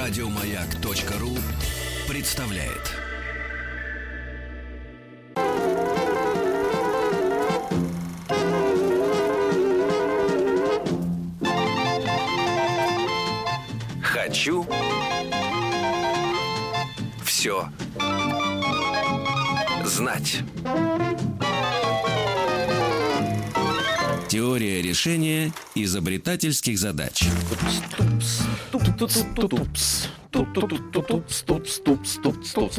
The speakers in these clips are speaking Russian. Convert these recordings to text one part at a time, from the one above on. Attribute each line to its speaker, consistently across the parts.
Speaker 1: Радиомаяк.ру представляет. Хочу все знать. Теория решения изобретательских задач.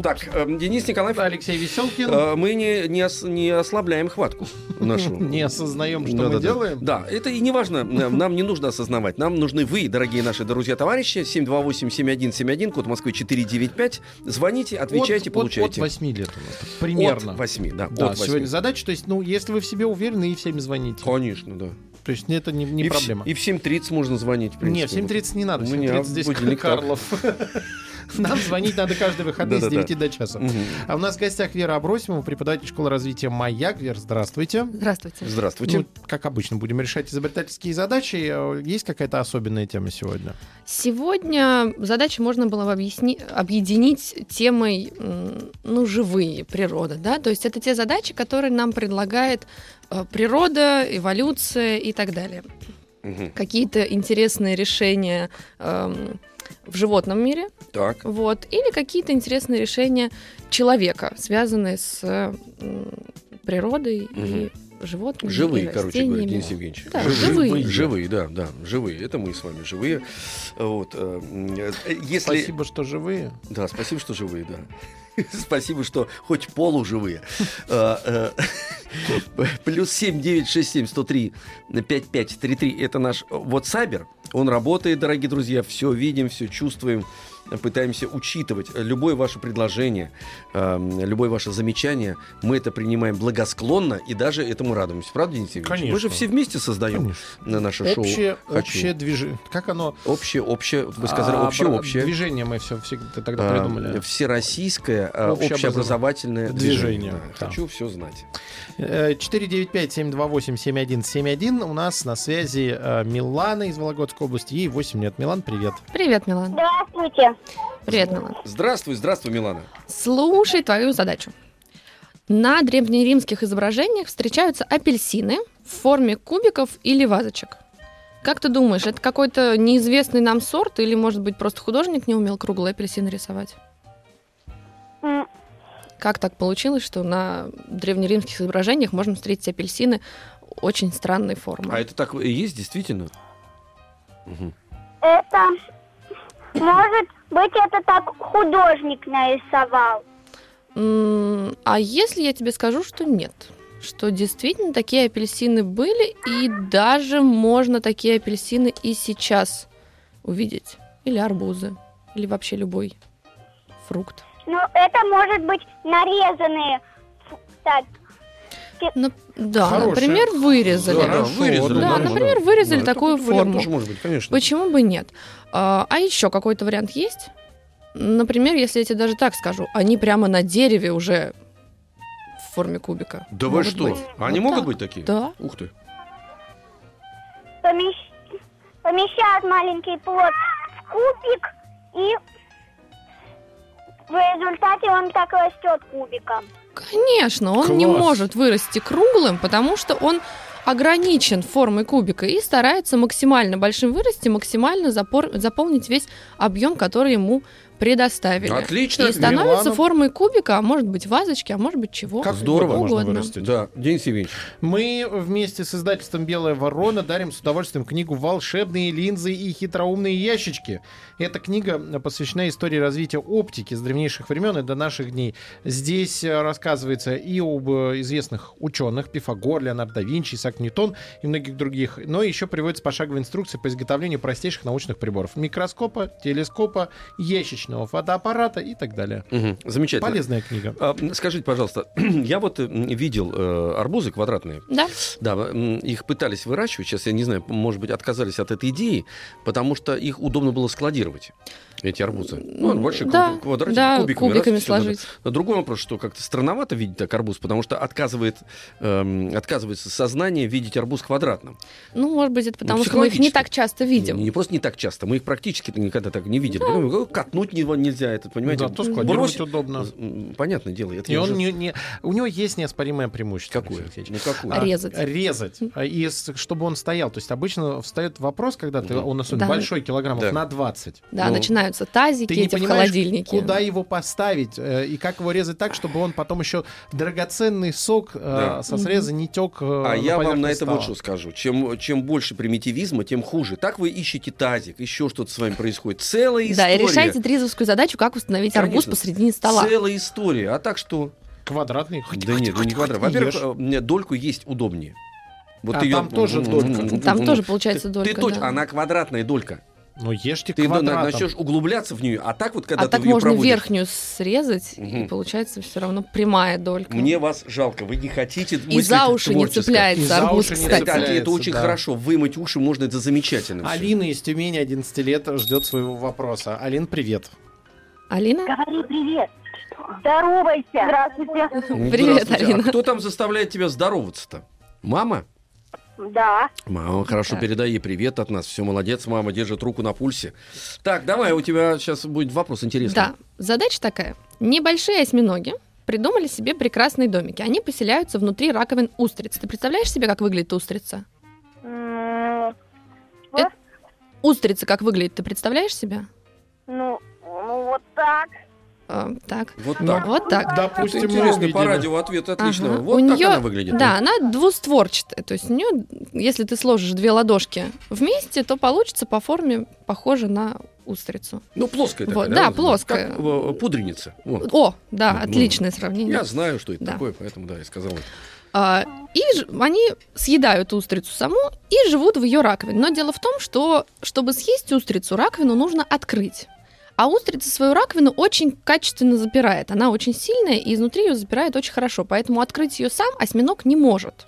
Speaker 2: Так, эм, Денис Николаев,
Speaker 3: Алексей Веселкин.
Speaker 2: э, мы не, не, ос- не ослабляем хватку нашу.
Speaker 3: Не осознаем, что
Speaker 4: Да-да-да.
Speaker 3: мы делаем.
Speaker 2: Да, это и не важно, э, нам не нужно осознавать. Нам нужны вы, дорогие наши друзья-товарищи. 728-7171, код Москвы 495. Звоните, отвечайте,
Speaker 3: От- от- От
Speaker 2: получайте.
Speaker 3: 8 лет у нас. Примерно.
Speaker 2: От восьми, да.
Speaker 3: Да,
Speaker 2: от
Speaker 3: сегодня
Speaker 2: восьми.
Speaker 3: задача. То есть, ну, если вы в себе уверены, и всеми звоните.
Speaker 2: Конечно, да.
Speaker 3: То есть, ну, это не, не
Speaker 2: и
Speaker 3: проблема.
Speaker 2: В, и в 7.30 можно звонить, в
Speaker 3: Не,
Speaker 2: принципе. ну,
Speaker 3: в 7.30 не надо. В
Speaker 2: У меня
Speaker 3: 7.30 здесь
Speaker 2: будильник так.
Speaker 3: Карлов. Нам звонить надо каждый выходный с
Speaker 2: Да-да-да.
Speaker 3: 9 до часа.
Speaker 2: Мгм.
Speaker 3: А у нас в гостях Вера Абросимова, преподаватель школы развития «Маяк». Вера, здравствуйте.
Speaker 5: Здравствуйте.
Speaker 2: Здравствуйте.
Speaker 3: Ну, как обычно, будем решать изобретательские задачи. Э, Есть какая-то особенная тема сегодня?
Speaker 5: Сегодня задачи можно было бы объясни- объединить темой, м, ну, живые, природа, да, то есть это те задачи, которые нам предлагает э, природа, эволюция и так далее.
Speaker 2: Мгм.
Speaker 5: Какие-то интересные решения эм, в животном мире,
Speaker 2: Так.
Speaker 5: вот, или какие-то интересные решения человека, связанные с э, м, природой и животными, и
Speaker 2: Живые, короче говоря,
Speaker 5: растениями.
Speaker 2: Денис Евгеньевич.
Speaker 5: Да,
Speaker 2: живые.
Speaker 5: живые.
Speaker 2: Живые, да, да, живые. Это мы с вами живые. Вот, э, м, э, если...
Speaker 3: Спасибо, что живые.
Speaker 2: Да, спасибо, что живые, да. Спасибо, что хоть полуживые. Э, э, Плюс 7 9 6 7 103 5533 это наш WhatsApp. Он работает, дорогие друзья. Все видим, все чувствуем. Пытаемся учитывать любое ваше предложение, э, любое ваше замечание. Мы это принимаем благосклонно и даже этому радуемся. Правда, Денис Евгеньевич? Мы же
Speaker 3: Конечно.
Speaker 2: все вместе создаем на наше
Speaker 3: Общее,
Speaker 2: шоу. «Хочу».
Speaker 3: общее движение. Как оно?
Speaker 2: Общее, общее. Вот Вы сказали
Speaker 3: А,
Speaker 2: общее,
Speaker 3: обра-
Speaker 2: общее.
Speaker 3: Движение мы все всегда тогда
Speaker 2: А,
Speaker 3: придумали.
Speaker 2: Всероссийское а, общеобразовательное
Speaker 3: Общеобразовательное
Speaker 2: движение.
Speaker 3: движение.
Speaker 2: Да,
Speaker 3: Да.
Speaker 2: Хочу все знать.
Speaker 3: Э, 495-728-7171. У нас на связи э, Милана из Вологодской области. Ей 8 лет. Милан, привет.
Speaker 5: Привет, Милан.
Speaker 6: Здравствуйте.
Speaker 5: Привет, Милан.
Speaker 2: Здравствуй, здравствуй, Милана.
Speaker 5: Слушай твою задачу. На древнеримских изображениях встречаются апельсины в форме кубиков или вазочек. Как ты думаешь, это какой-то неизвестный нам сорт или, может быть, просто художник не умел круглые апельсины рисовать?
Speaker 6: М,
Speaker 5: Как так получилось, что на древнеримских изображениях можно встретить апельсины очень странной формы?
Speaker 2: А это так и есть, действительно? Мгм.
Speaker 6: Это может быть это так художник нарисовал.
Speaker 5: М, А если я тебе скажу, что нет? Что действительно такие апельсины были, и даже можно такие апельсины и сейчас увидеть. Или арбузы, или вообще любой фрукт.
Speaker 6: Но это может быть нарезанные ф- так.
Speaker 5: На- да,
Speaker 3: Хорошая.
Speaker 5: например, вырезали.
Speaker 2: Да, вырезали,
Speaker 5: Да,
Speaker 2: нормально.
Speaker 5: например, вырезали
Speaker 2: Да,
Speaker 5: такую
Speaker 2: тут вариант
Speaker 5: форму.
Speaker 2: тоже может быть, конечно.
Speaker 5: Почему бы нет? А, а еще какой-то вариант есть? Например, если я тебе даже так скажу, они прямо на дереве уже в форме кубика.
Speaker 2: Да вы
Speaker 5: Могут
Speaker 2: что?
Speaker 5: быть.
Speaker 2: Они
Speaker 5: Вот
Speaker 2: могут
Speaker 5: так.
Speaker 2: быть такие?
Speaker 5: Да.
Speaker 2: Ух ты.
Speaker 6: помещ- помещают маленький плод в кубик, и в результате он так растет кубиком.
Speaker 5: Конечно, он не
Speaker 3: Класс.
Speaker 5: может вырасти круглым, потому что он ограничен формой кубика и старается максимально большим вырасти, максимально запор- заполнить весь объем, который ему предоставили.
Speaker 2: Отлично.
Speaker 5: И становится
Speaker 3: Милана.
Speaker 5: формой кубика, а может быть вазочки, а может быть чего.
Speaker 3: Как
Speaker 2: здорово.
Speaker 3: угодно можно
Speaker 5: Угодно.
Speaker 3: вырастить.
Speaker 2: Да, Денис Евгеньевич.
Speaker 3: Мы вместе с издательством «Белая ворона» дарим с удовольствием книгу «Волшебные линзы и хитроумные ящички». Эта книга посвящена истории развития оптики с древнейших времен и до наших дней. Здесь э, рассказывается и об э, известных ученых Пифагор, Леонард да Винчи, Исаак Ньютон и многих других, но еще приводится пошаговая инструкция по изготовлению простейших научных приборов. Микроскопа, телескопа, ящичника. оптичного фотоаппарата и так далее.
Speaker 2: Мгм, Замечательно.
Speaker 3: Полезная книга.
Speaker 2: А, м, Скажите, пожалуйста, я вот э, м, видел э, арбузы квадратные.
Speaker 5: Да?
Speaker 2: Да, м, их пытались выращивать. Сейчас я не знаю, может быть, отказались от этой идеи, потому что их удобно было складировать. Эти арбузы. Ну,
Speaker 5: М,
Speaker 2: большие
Speaker 5: да,
Speaker 2: квад- квадратики,
Speaker 5: да,
Speaker 2: кубиками, раз,
Speaker 5: кубиками
Speaker 2: всё, да, да.
Speaker 5: сложить.
Speaker 2: Но Другой вопрос, что как-то странновато видеть так арбуз, потому что отказывает, эм, отказывается сознание видеть арбуз квадратным.
Speaker 5: Ну, может быть, это потому,
Speaker 2: Ну,
Speaker 5: что мы их не
Speaker 2: психологически.
Speaker 5: так часто видим.
Speaker 2: Не, не просто не так часто, мы их практически никогда так не видели. Потом, э, катнуть его нельзя, этот, понимаете?
Speaker 3: Зато складировать
Speaker 2: бросить-
Speaker 3: удобно.
Speaker 2: М, Понятное дело. Это
Speaker 3: И
Speaker 2: я
Speaker 3: он
Speaker 2: уже-
Speaker 3: не, не- у него есть неоспоримое преимущество.
Speaker 2: Какое?
Speaker 3: Алексей Алексеевич.
Speaker 2: Ну, какое?
Speaker 5: А, Резать.
Speaker 3: Резать. А, И с- чтобы он стоял. То есть обычно встает вопрос, когда ты,
Speaker 2: Да.
Speaker 3: он особенно
Speaker 5: Да.
Speaker 3: большой, килограммов
Speaker 2: Да.
Speaker 3: на 20.
Speaker 5: Да,
Speaker 2: Ну,
Speaker 5: начинаются тазики
Speaker 3: Ты не
Speaker 5: эти в
Speaker 3: понимаешь,
Speaker 5: холодильнике.
Speaker 3: куда его поставить э, и как его резать так, чтобы он потом еще драгоценный сок э,
Speaker 2: Да.
Speaker 3: со среза не тек. э,
Speaker 2: А я вам на
Speaker 3: поверхность
Speaker 2: это вот
Speaker 3: стола.
Speaker 2: что скажу. Чем, чем больше примитивизма, тем хуже. Так вы ищете тазик, еще что-то с вами происходит. Целая история.
Speaker 5: Да, и решайте дризовскую задачу, как установить арбуз
Speaker 2: Конечно.
Speaker 5: посредине стола.
Speaker 2: Целая история. А так что?
Speaker 3: Квадратный. Хоть-
Speaker 2: да нет, ну не квадрат. Во-первых,
Speaker 3: ешь.
Speaker 2: э, мне дольку есть удобнее. Вот
Speaker 3: А
Speaker 2: ты её-
Speaker 3: там тоже долька.
Speaker 5: Там
Speaker 2: Ты-
Speaker 5: тоже получается
Speaker 2: ты
Speaker 5: долька,
Speaker 2: точно,
Speaker 5: да.
Speaker 2: она квадратная долька.
Speaker 3: Ну ешьте
Speaker 2: Ты на-
Speaker 3: квадратом.
Speaker 2: начнешь углубляться в нее, а так вот, когда
Speaker 5: а
Speaker 2: ты
Speaker 5: так
Speaker 2: её
Speaker 5: можно
Speaker 2: проводишь,
Speaker 5: верхнюю срезать, и
Speaker 2: Мгм.
Speaker 5: получается все равно прямая долька.
Speaker 2: Мне вас жалко, вы не хотите
Speaker 5: и за уши не
Speaker 3: И
Speaker 5: цепляется
Speaker 3: за
Speaker 5: арбуз,
Speaker 3: уши не
Speaker 5: кстати.
Speaker 2: Кстати, это очень
Speaker 3: да.
Speaker 2: хорошо. Вымыть уши можно, это замечательно. всё.
Speaker 3: Алина из Тюмени, 11 лет, ждет своего вопроса. Алин, привет.
Speaker 5: Алина?
Speaker 6: Говори привет. Здоровайся. Здравствуйте.
Speaker 2: Ну,
Speaker 5: Привет,
Speaker 2: здравствуйте.
Speaker 5: Алина.
Speaker 2: А кто там заставляет тебя здороваться-то? Мама?
Speaker 6: Да.
Speaker 2: Мама, хорошо,
Speaker 5: Так.
Speaker 2: передай ей привет от нас. Все, молодец, мама, держит руку на пульсе. Так, давай, у тебя сейчас будет вопрос интересный.
Speaker 5: Да, задача такая. Небольшие осьминоги придумали себе прекрасные домики. Они поселяются внутри раковин устриц. Ты представляешь себе, как выглядит устрица?
Speaker 6: М,
Speaker 5: Устрица как выглядит, ты представляешь себе?
Speaker 6: Ну, ну вот так.
Speaker 5: А, так.
Speaker 2: Вот
Speaker 5: Ну,
Speaker 2: так.
Speaker 5: Вот так.
Speaker 2: Это
Speaker 3: Допустим,
Speaker 2: интересно,
Speaker 3: мы
Speaker 2: по
Speaker 3: видели.
Speaker 2: радио ответ отлично.
Speaker 5: Ага.
Speaker 2: Вот
Speaker 5: У
Speaker 2: так
Speaker 5: неё-
Speaker 2: она выглядит.
Speaker 5: Да, она двустворчатая. То есть у нее, если ты сложишь две ладошки вместе, то получится по форме похоже на устрицу.
Speaker 2: Ну, плоская такая.
Speaker 5: Вот, да,
Speaker 2: вот,
Speaker 5: плоская.
Speaker 2: Как э, пудреница. Вот.
Speaker 5: О, да,
Speaker 2: Ну,
Speaker 5: отличное сравнение.
Speaker 2: Я знаю, что это
Speaker 5: Да.
Speaker 2: такое, поэтому, да, я сказал. это.
Speaker 5: А, и ж- они съедают устрицу саму и живут в ее раковине. Но дело в том, что чтобы съесть устрицу, раковину нужно открыть. А устрица свою раковину очень качественно запирает. Она очень сильная, и изнутри ее запирает очень хорошо. Поэтому открыть ее сам осьминог не может.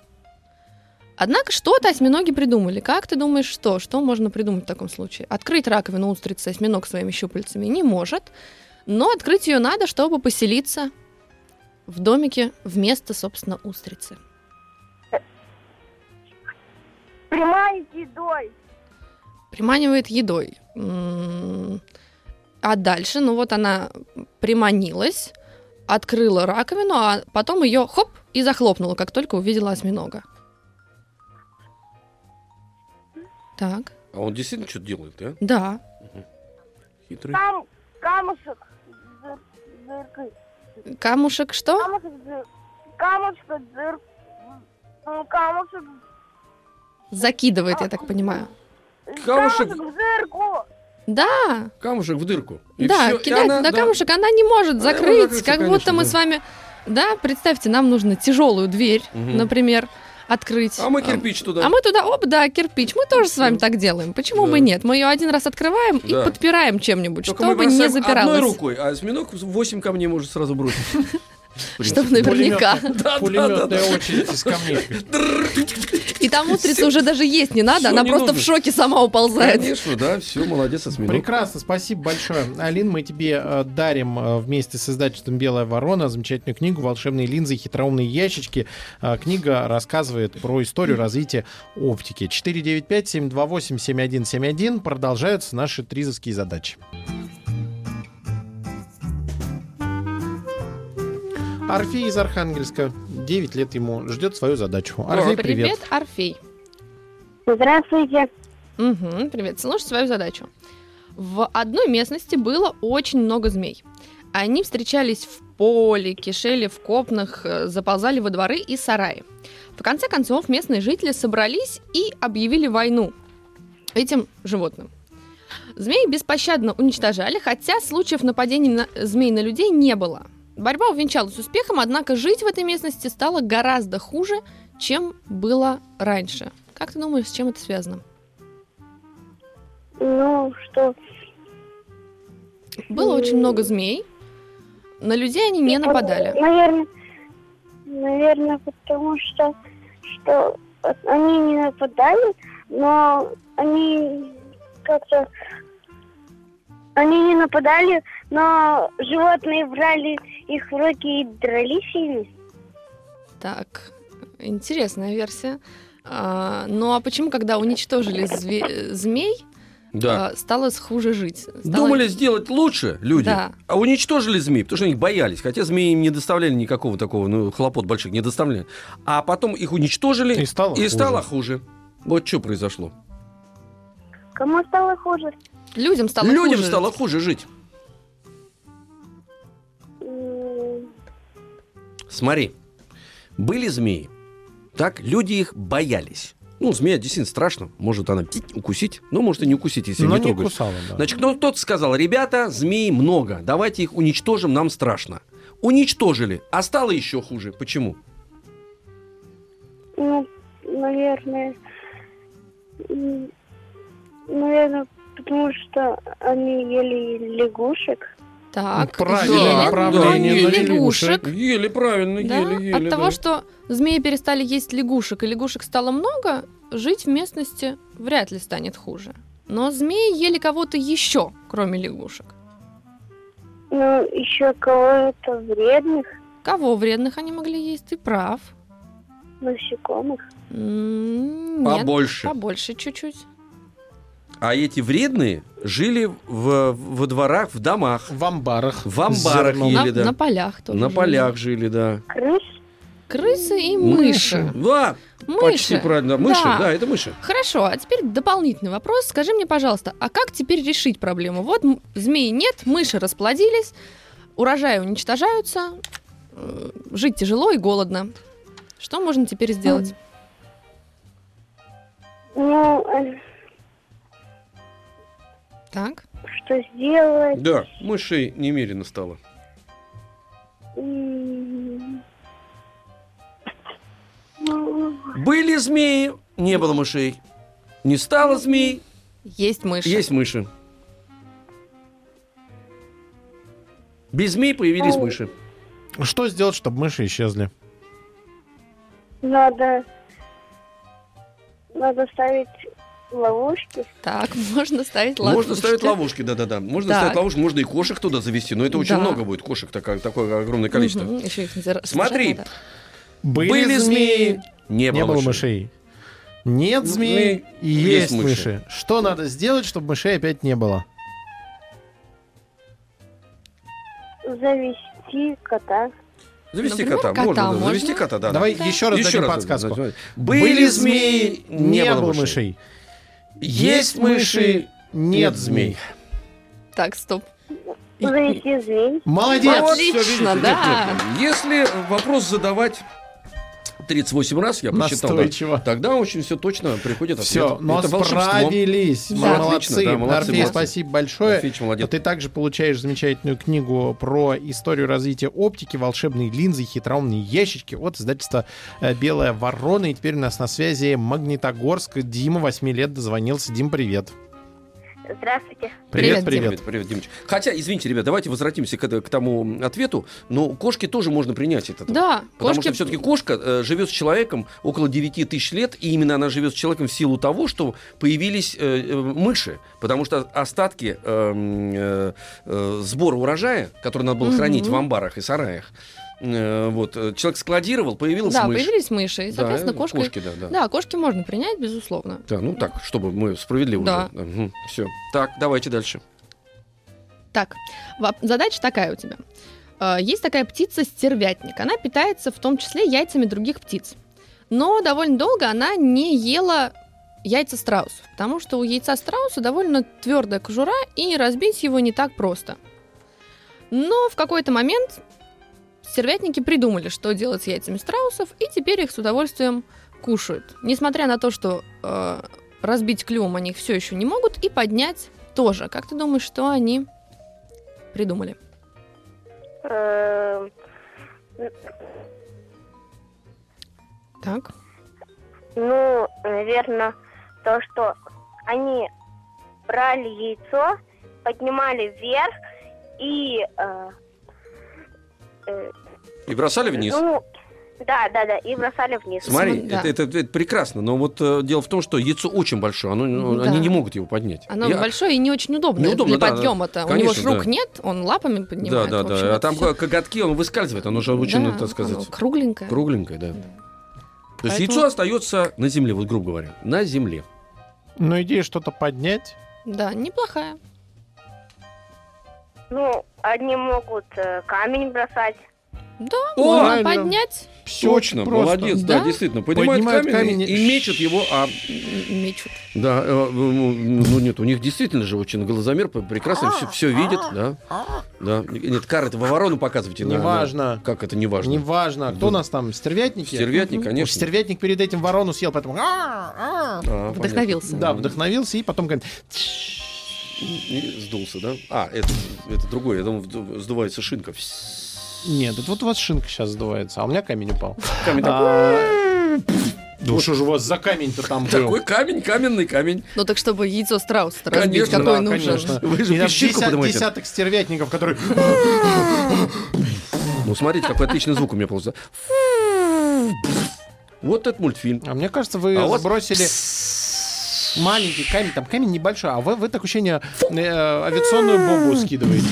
Speaker 5: Однако что-то осьминоги придумали. Как ты думаешь, что? Что можно придумать в таком случае? Открыть раковину устрицы осьминог своими щупальцами не может, но открыть ее надо, чтобы поселиться в домике вместо, собственно, устрицы.
Speaker 6: Прямая с едой.
Speaker 5: приманивает едой. М, А дальше, ну вот она приманилась, открыла раковину, а потом ее хоп и захлопнула, как только увидела осьминога. Так,
Speaker 2: А он действительно что-то делает, да?
Speaker 5: да.
Speaker 2: Хитрый.
Speaker 6: Там камушек. зыр- зыркает.
Speaker 5: Камушек что?
Speaker 6: Камушек зыр. Камушек зыр. ну, Камушек.
Speaker 5: Закидывает, я так понимаю.
Speaker 2: Камушек.
Speaker 6: в зырку.
Speaker 5: Да,
Speaker 2: Камушек в дырку. И
Speaker 5: да,
Speaker 2: всё, и
Speaker 5: кидает
Speaker 2: она,
Speaker 5: туда
Speaker 2: да.
Speaker 5: камушек, она не может
Speaker 2: Она
Speaker 5: закрыть,
Speaker 2: закрыться,
Speaker 5: как
Speaker 2: конечно,
Speaker 5: будто мы
Speaker 2: да.
Speaker 5: с вами... Да, представьте, нам нужно тяжелую дверь,
Speaker 2: Мгм.
Speaker 5: например, открыть.
Speaker 2: А мы
Speaker 5: Ам,
Speaker 2: кирпич туда.
Speaker 5: А мы туда, оп, да, кирпич. Мы тоже с вами так делаем. Почему
Speaker 2: Да.
Speaker 5: бы нет? Мы ее один раз открываем и
Speaker 2: Да.
Speaker 5: подпираем чем-нибудь,
Speaker 2: Только мы
Speaker 5: чтобы не
Speaker 2: бросаем одной
Speaker 5: запиралось.
Speaker 2: рукой, а осьминог 8 камней может сразу бросить.
Speaker 5: Чтобы наверняка.
Speaker 3: Пулеметная очередь из камней.
Speaker 5: И там устрица уже даже есть не надо,
Speaker 2: Всё,
Speaker 5: она
Speaker 2: не
Speaker 5: просто в
Speaker 2: нужно.
Speaker 5: шоке сама уползает.
Speaker 2: Конечно, да, все, молодец, осьминог.
Speaker 3: Прекрасно, спасибо большое. Алин, мы тебе э, дарим э, вместе с издательством «Белая ворона» замечательную книгу «Волшебные линзы и хитроумные ящички». Э, Книга рассказывает про историю развития оптики. 495-728-7171. Продолжаются наши тризовские задачи. Орфей из Архангельска. 9 лет ему. Ждет свою задачу. Орфей, привет.
Speaker 5: Привет, Орфей.
Speaker 6: Здравствуйте.
Speaker 5: Мгм, привет. Слушай свою задачу. В одной местности было очень много змей. Они встречались в поле, кишели в копнах, э, заползали во дворы и сараи. В конце концов, местные жители собрались и объявили войну этим животным. Змеи беспощадно уничтожали, хотя случаев нападений на- змей на людей не было. Борьба увенчалась успехом, однако жить в этой местности стало гораздо хуже, чем было раньше. Как ты думаешь, с чем это связано?
Speaker 6: Ну что,
Speaker 5: Было очень много змей. На людей они не нападали.
Speaker 6: Наверное, наверное, потому что, что они не нападали, но они как-то... Они не нападали, но животные брали их в руки и дрались ими.
Speaker 5: Так, интересная версия. А, ну а почему, когда уничтожили зве- змей,
Speaker 2: Да.
Speaker 5: а, стало хуже жить? Стало-
Speaker 2: Думали сделать лучше люди,
Speaker 5: Да.
Speaker 2: а уничтожили змеи, потому что они их боялись. Хотя змеи им не доставляли никакого такого, ну, хлопот больших не доставляли. А потом их уничтожили,
Speaker 3: И стало хуже.
Speaker 2: стало хуже. Вот что произошло.
Speaker 6: Кому стало хуже?
Speaker 5: Людям стало
Speaker 2: Людям
Speaker 5: хуже.
Speaker 2: стало хуже жить.
Speaker 6: М,
Speaker 2: Смотри, были змеи, так люди их боялись. Ну, змея действительно страшно, может она пить, укусить, но может и не укусить, если не
Speaker 3: Но не
Speaker 2: трогаешь.
Speaker 3: кусала, да.
Speaker 2: Значит, ну, тот сказал, ребята, змей много, давайте их уничтожим, нам страшно. Уничтожили, а стало еще хуже. Почему?
Speaker 6: Ну, наверное, м, наверное, потому что они ели лягушек.
Speaker 5: Так,
Speaker 3: Правильное
Speaker 5: ели,
Speaker 3: направление
Speaker 5: но
Speaker 3: на
Speaker 5: не лягушек.
Speaker 2: Еле правильно,
Speaker 5: Да, От того, что змеи перестали есть лягушек, и лягушек стало много, жить в местности вряд ли станет хуже. Но змеи ели кого-то еще, кроме лягушек.
Speaker 6: Ну, еще кого-то вредных
Speaker 5: Кого вредных они могли есть? Ты прав.
Speaker 6: насекомых.
Speaker 5: М, Нет,
Speaker 2: Побольше.
Speaker 5: побольше чуть-чуть.
Speaker 2: А эти вредные жили в, во дворах, в домах,
Speaker 3: В амбарах.
Speaker 2: в амбарах
Speaker 3: Зерном.
Speaker 5: На,
Speaker 2: ели, Ну, да.
Speaker 5: на полях тоже.
Speaker 2: На
Speaker 5: жили.
Speaker 2: полях жили, да.
Speaker 6: Крыс?
Speaker 5: Крысы и мыши.
Speaker 2: Да, почти
Speaker 5: Мыши.
Speaker 2: правильно. Мыши,
Speaker 5: Да.
Speaker 2: да, это мыши.
Speaker 5: Хорошо, а теперь дополнительный вопрос. Скажи мне, пожалуйста, а как теперь решить проблему? Вот м- змеи нет, мыши расплодились, урожаи уничтожаются, э, жить тяжело и голодно. Что можно теперь сделать?
Speaker 6: Ну, а
Speaker 5: Так,
Speaker 6: что сделать?
Speaker 2: Да, мышей немерено стало.
Speaker 6: М, ну,
Speaker 2: Были змеи, не было мышей. Не стало змей,
Speaker 5: есть мыши.
Speaker 2: есть мыши. Без змей появились
Speaker 6: Ой.
Speaker 2: мыши.
Speaker 3: Что сделать, чтобы мыши исчезли?
Speaker 6: Надо, надо ставить ловушки.
Speaker 5: Так, можно ставить ловушки.
Speaker 2: Можно ставить ловушки, да-да-да. Можно
Speaker 5: Так.
Speaker 2: ставить ловушки, можно и кошек туда завести, но это очень
Speaker 5: Да.
Speaker 2: много будет кошек, такое, такое огромное количество.
Speaker 5: Мгм, ещё их зар-
Speaker 2: Смотри.
Speaker 5: сажать надо.
Speaker 2: Были змеи, не
Speaker 3: Не
Speaker 2: было
Speaker 3: было
Speaker 2: мышей.
Speaker 3: мышей. Нет змей, и
Speaker 2: есть
Speaker 3: есть
Speaker 2: мыши.
Speaker 3: мыши. Что надо сделать, чтобы мышей опять не было?
Speaker 6: Завести кота.
Speaker 2: Завести
Speaker 5: Например,
Speaker 2: кота,
Speaker 5: кота
Speaker 2: можно, да,
Speaker 5: можно.
Speaker 2: завести кота, да.
Speaker 3: Давай
Speaker 5: да.
Speaker 3: еще раз дадим подсказку.
Speaker 2: подсказку. Были змеи, не было мышей. Есть мыши,
Speaker 3: нет змей.
Speaker 5: Так, стоп. И- и-
Speaker 6: Завести змей.
Speaker 3: Молодец!
Speaker 2: Вот всё, видите,
Speaker 5: Отлично,
Speaker 2: нет,
Speaker 5: да.
Speaker 2: нет, нет. Если вопрос задавать 38 раз, я посчитал, да,
Speaker 3: Настойчиво.
Speaker 2: тогда очень все точно приходит ответ.
Speaker 3: Все, но
Speaker 2: Это волшебство.
Speaker 3: справились.
Speaker 5: Да.
Speaker 3: Вы
Speaker 2: Отлично,
Speaker 3: Молодцы.
Speaker 2: да, молодцы,
Speaker 3: Орфей,
Speaker 2: молодцы.
Speaker 3: спасибо большое. А
Speaker 2: Отлично, молодец.
Speaker 3: Ты также получаешь замечательную книгу про историю развития оптики, волшебные линзы и хитроумные ящички от издательства э, «Белая ворона». И теперь у нас на связи Магнитогорск. Дима, 8 лет, дозвонился. Дим, привет.
Speaker 6: Здравствуйте.
Speaker 5: Привет,
Speaker 3: привет.
Speaker 2: Привет, привет, Димыч. Хотя, извините, ребят, давайте возвратимся к, это- к тому ответу, но кошки тоже можно принять это.
Speaker 5: Да,
Speaker 2: Потому
Speaker 5: кошки...
Speaker 2: что все-таки кошка э, живет с человеком около 9 тысяч лет, и именно она живет с человеком в силу того, что появились э, э, мыши. Потому что остатки э, м, э, э, сбора урожая, который надо было
Speaker 5: Мгм.
Speaker 2: хранить в амбарах и сараях, э, вот, э, человек складировал, появилась
Speaker 5: Да,
Speaker 2: мышь.
Speaker 5: появились мыши, и,
Speaker 2: Да,
Speaker 5: соответственно,
Speaker 2: э,
Speaker 5: кошки...
Speaker 2: кошки, да, да.
Speaker 5: Да, кошки можно принять, безусловно.
Speaker 2: Да, ну так, чтобы мы справедливо
Speaker 5: Да.
Speaker 2: Все. Так, давайте дальше.
Speaker 5: Так, воп- задача такая у тебя. Э, Есть такая птица стервятник. Она питается в том числе яйцами других птиц. Но довольно долго она не ела яйца страусов, потому что у яйца страуса довольно твердая кожура, и разбить его не так просто. Но в какой-то момент стервятники придумали, что делать с яйцами страусов, и теперь их с удовольствием кушают. Несмотря на то, что э, разбить клювом они их все еще не могут, и поднять тоже. Как ты думаешь, что они придумали.
Speaker 6: Эм,
Speaker 5: Так.
Speaker 6: Ну, наверное, то, что они брали яйцо, поднимали вверх и... э, э,
Speaker 4: И бросали вниз.
Speaker 6: Ну, да, да, да, и бросали вниз.
Speaker 2: Смотри,
Speaker 5: См- да.
Speaker 2: это, это- это прекрасно, но вот э, дело в том, что яйцо очень большое, оно- оно-
Speaker 5: Да.
Speaker 2: они не могут его поднять.
Speaker 5: Оно
Speaker 2: Я-
Speaker 5: большое и не очень удобно
Speaker 2: Неудобно,
Speaker 5: для
Speaker 2: да, да.
Speaker 5: подъема-то. У него
Speaker 2: Конечно,
Speaker 5: ж рук
Speaker 2: да.
Speaker 5: нет, он лапами
Speaker 2: Да,
Speaker 5: поднимает.
Speaker 2: да,
Speaker 5: в общем,
Speaker 2: да. А
Speaker 5: это
Speaker 2: там
Speaker 5: всё-
Speaker 2: коготки, он выскальзывает, оно же очень,
Speaker 5: Да,
Speaker 2: так
Speaker 5: оно
Speaker 2: сказать,
Speaker 5: кругленькое.
Speaker 2: кругленькое, да. То есть
Speaker 5: Поэтому-
Speaker 2: яйцо остается на земле, вот грубо говоря, на земле.
Speaker 3: Но Ну, идея что-то поднять.
Speaker 5: Да, неплохая.
Speaker 6: Ну, одни могут э, камень бросать.
Speaker 5: Да,
Speaker 2: О,
Speaker 5: можно
Speaker 3: правильно.
Speaker 5: поднять,
Speaker 2: Точно,
Speaker 3: просто.
Speaker 2: молодец, да,
Speaker 5: Да?
Speaker 2: действительно. Поднимают
Speaker 3: Поднимают
Speaker 2: камень,
Speaker 3: камень
Speaker 2: и-
Speaker 3: и-
Speaker 2: и мечут его, а...
Speaker 5: м- м- мечут.
Speaker 2: Да, э, э, ну ну, нет, у них действительно же очень глазомер п- прекрасно все, видит, да. да. Нет, кар, это во ворону показывайте. на- на-
Speaker 3: Неважно.
Speaker 2: Как это не важно?
Speaker 3: Неважно, а кто
Speaker 2: Да.
Speaker 3: у нас там, стервятники?
Speaker 2: Стервятник, конечно.
Speaker 3: Стервятник перед этим ворону съел, поэтому... «А, а».
Speaker 2: А,
Speaker 5: Вдохновился.
Speaker 3: Да, вдохновился и потом говорит... «Тш».
Speaker 2: И сдулся, да? А, это, это другое. Я думал, вду- сдувается шинка. Вс-
Speaker 3: Нет, это вот у вас шинка сейчас сдувается, а у меня камень упал.
Speaker 2: Камень такой.
Speaker 3: А, Да что же у вас за камень-то там
Speaker 2: Такой камень, каменный камень.
Speaker 5: Ну так чтобы яйцо страуса разбить,
Speaker 2: Конечно,
Speaker 5: какой
Speaker 3: да,
Speaker 5: нужен.
Speaker 3: конечно.
Speaker 2: Вы же
Speaker 3: И там
Speaker 2: пищинку
Speaker 3: деся-
Speaker 2: поднимаете.
Speaker 3: десяток стервятников, которые...
Speaker 2: Ну, смотрите, какой отличный звук у меня получился. Вот этот мультфильм.
Speaker 3: А мне кажется, вы
Speaker 2: А у вас
Speaker 3: сбросили маленький камень, там камень небольшой, а вы, вы так ощущение э, авиационную бомбу скидываете.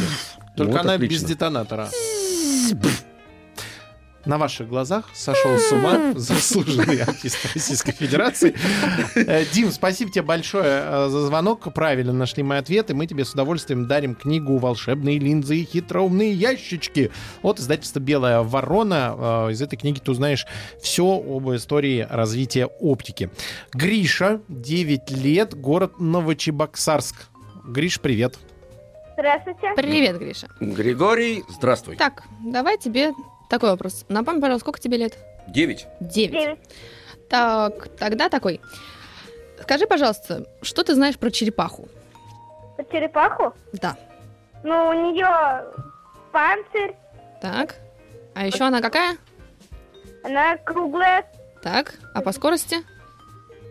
Speaker 3: Только
Speaker 2: Вот
Speaker 3: она
Speaker 2: отлично.
Speaker 3: без детонатора. На ваших глазах сошел с ума заслуженный артист Российской Федерации. Э, Дим, спасибо тебе большое э, за звонок. Правильно нашли мы ответы. Мы тебе с удовольствием дарим книгу «Волшебные линзы и хитроумные ящички» от издательства «Белая ворона». Э, Из этой книги ты узнаешь все об истории развития оптики. Гриша, 9 лет, город Новочебоксарск. Гриш, привет.
Speaker 6: Здравствуйте.
Speaker 5: Привет, Гриша.
Speaker 2: Григорий, здравствуй.
Speaker 5: Так, давай тебе такой вопрос. Напомни, пожалуйста, сколько тебе лет?
Speaker 2: Девять.
Speaker 5: Девять.
Speaker 6: Девять.
Speaker 5: Так, тогда такой. Скажи, пожалуйста, что ты знаешь про черепаху?
Speaker 6: Черепаху?
Speaker 5: Да.
Speaker 6: Ну, у нее панцирь,
Speaker 5: Так. А еще она какая?
Speaker 6: она круглая,
Speaker 5: Так. А по скорости?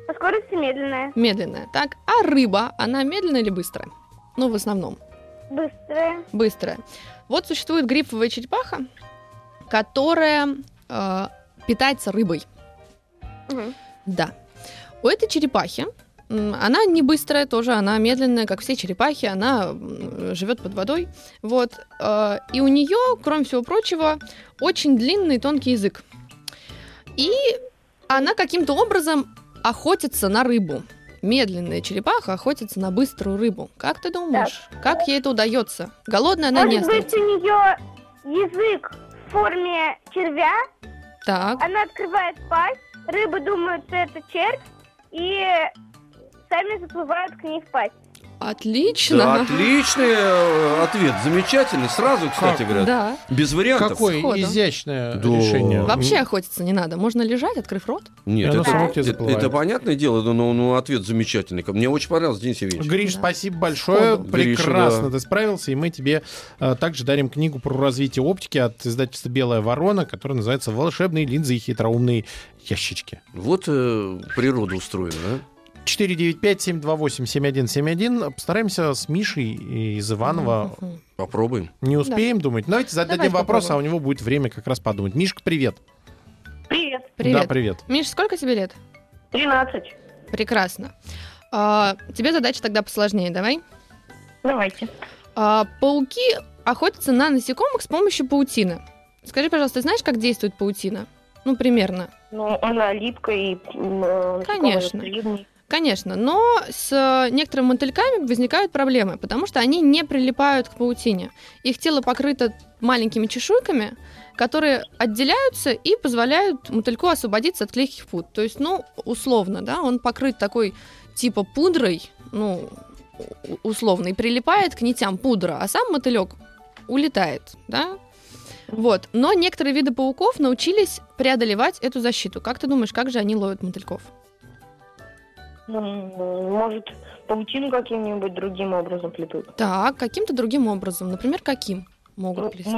Speaker 6: по скорости медленная,
Speaker 5: Медленная. Так. А рыба? Она медленная или быстрая? Ну, в основном.
Speaker 6: быстрая.
Speaker 5: Быстрая. Вот существует грифовая черепаха, которая э, питается рыбой.
Speaker 6: Мгм.
Speaker 5: Да. У этой черепахи, м, она не быстрая тоже, она медленная, как все черепахи, она м, живет под водой. Вот. э, И у нее, кроме всего прочего, очень длинный тонкий язык. И она каким-то образом охотится на рыбу. Медленная черепаха охотится на быструю рыбу. Как ты думаешь, как ей это удается? Голодная она Ну, не
Speaker 6: Может быть,
Speaker 5: остается.
Speaker 6: у нее язык в форме червя,
Speaker 5: Так,
Speaker 6: она открывает пасть, рыбы думают, что это червь, и сами заплывают к ней в пасть.
Speaker 5: отлично.
Speaker 2: Да, отличный э, ответ. Замечательный. Сразу, кстати говоря.
Speaker 5: Да.
Speaker 2: Без вариантов.
Speaker 3: Какое
Speaker 5: сходу.
Speaker 3: изящное
Speaker 2: Да.
Speaker 3: решение.
Speaker 5: Вообще охотиться не надо. Можно лежать, открыв рот.
Speaker 2: Нет,
Speaker 3: И оно
Speaker 2: это,
Speaker 3: само к тебе
Speaker 2: это-
Speaker 3: заплывает.
Speaker 2: это понятное дело, но, но- но ответ замечательный. Мне очень понравился, Денис Евгеньевич.
Speaker 3: Гриш,
Speaker 5: Да.
Speaker 3: спасибо большое.
Speaker 5: Сходу.
Speaker 3: Прекрасно
Speaker 2: Гриша,
Speaker 3: ты справился. И мы тебе э, также дарим книгу про развитие оптики от издательства «Белая ворона», которая называется «Волшебные линзы и хитроумные ящички».
Speaker 2: Вот э, природа устроена, а? да?
Speaker 3: 495-728-7171. Постараемся с Мишей из Иванова.
Speaker 5: Мгм.
Speaker 2: Попробуем.
Speaker 3: Не успеем думать. Давайте зададим
Speaker 5: Давайте
Speaker 3: вопрос,
Speaker 5: попробуем.
Speaker 3: а у него будет время как раз подумать. Мишка, привет.
Speaker 6: Привет,
Speaker 5: Привет.
Speaker 3: Да, привет.
Speaker 5: Миш, сколько тебе лет?
Speaker 6: 13.
Speaker 5: Прекрасно. А, тебе задача тогда посложнее, давай.
Speaker 6: Давайте.
Speaker 5: А, пауки охотятся на насекомых с помощью паутины. Скажи, пожалуйста, ты знаешь, как действует паутина? Ну, примерно.
Speaker 6: Ну, она липкая и... э,
Speaker 5: Конечно. Конечно, но с э, некоторыми мотыльками возникают проблемы, потому что они не прилипают к паутине. Их тело покрыто маленькими чешуйками, которые отделяются и позволяют мотыльку освободиться от клейких пуд. То есть, ну, условно, да, он покрыт такой типа пудрой, ну, у- условно, и прилипает к нитям пудра, а сам мотылек улетает, да. Вот. Но некоторые виды пауков научились преодолевать эту защиту. Как ты думаешь, как же они ловят мотыльков?
Speaker 6: Ну, Может, паутину каким-нибудь другим образом плетут?
Speaker 5: Так, каким-то другим образом. Например, каким
Speaker 6: Ну,
Speaker 5: могут плести?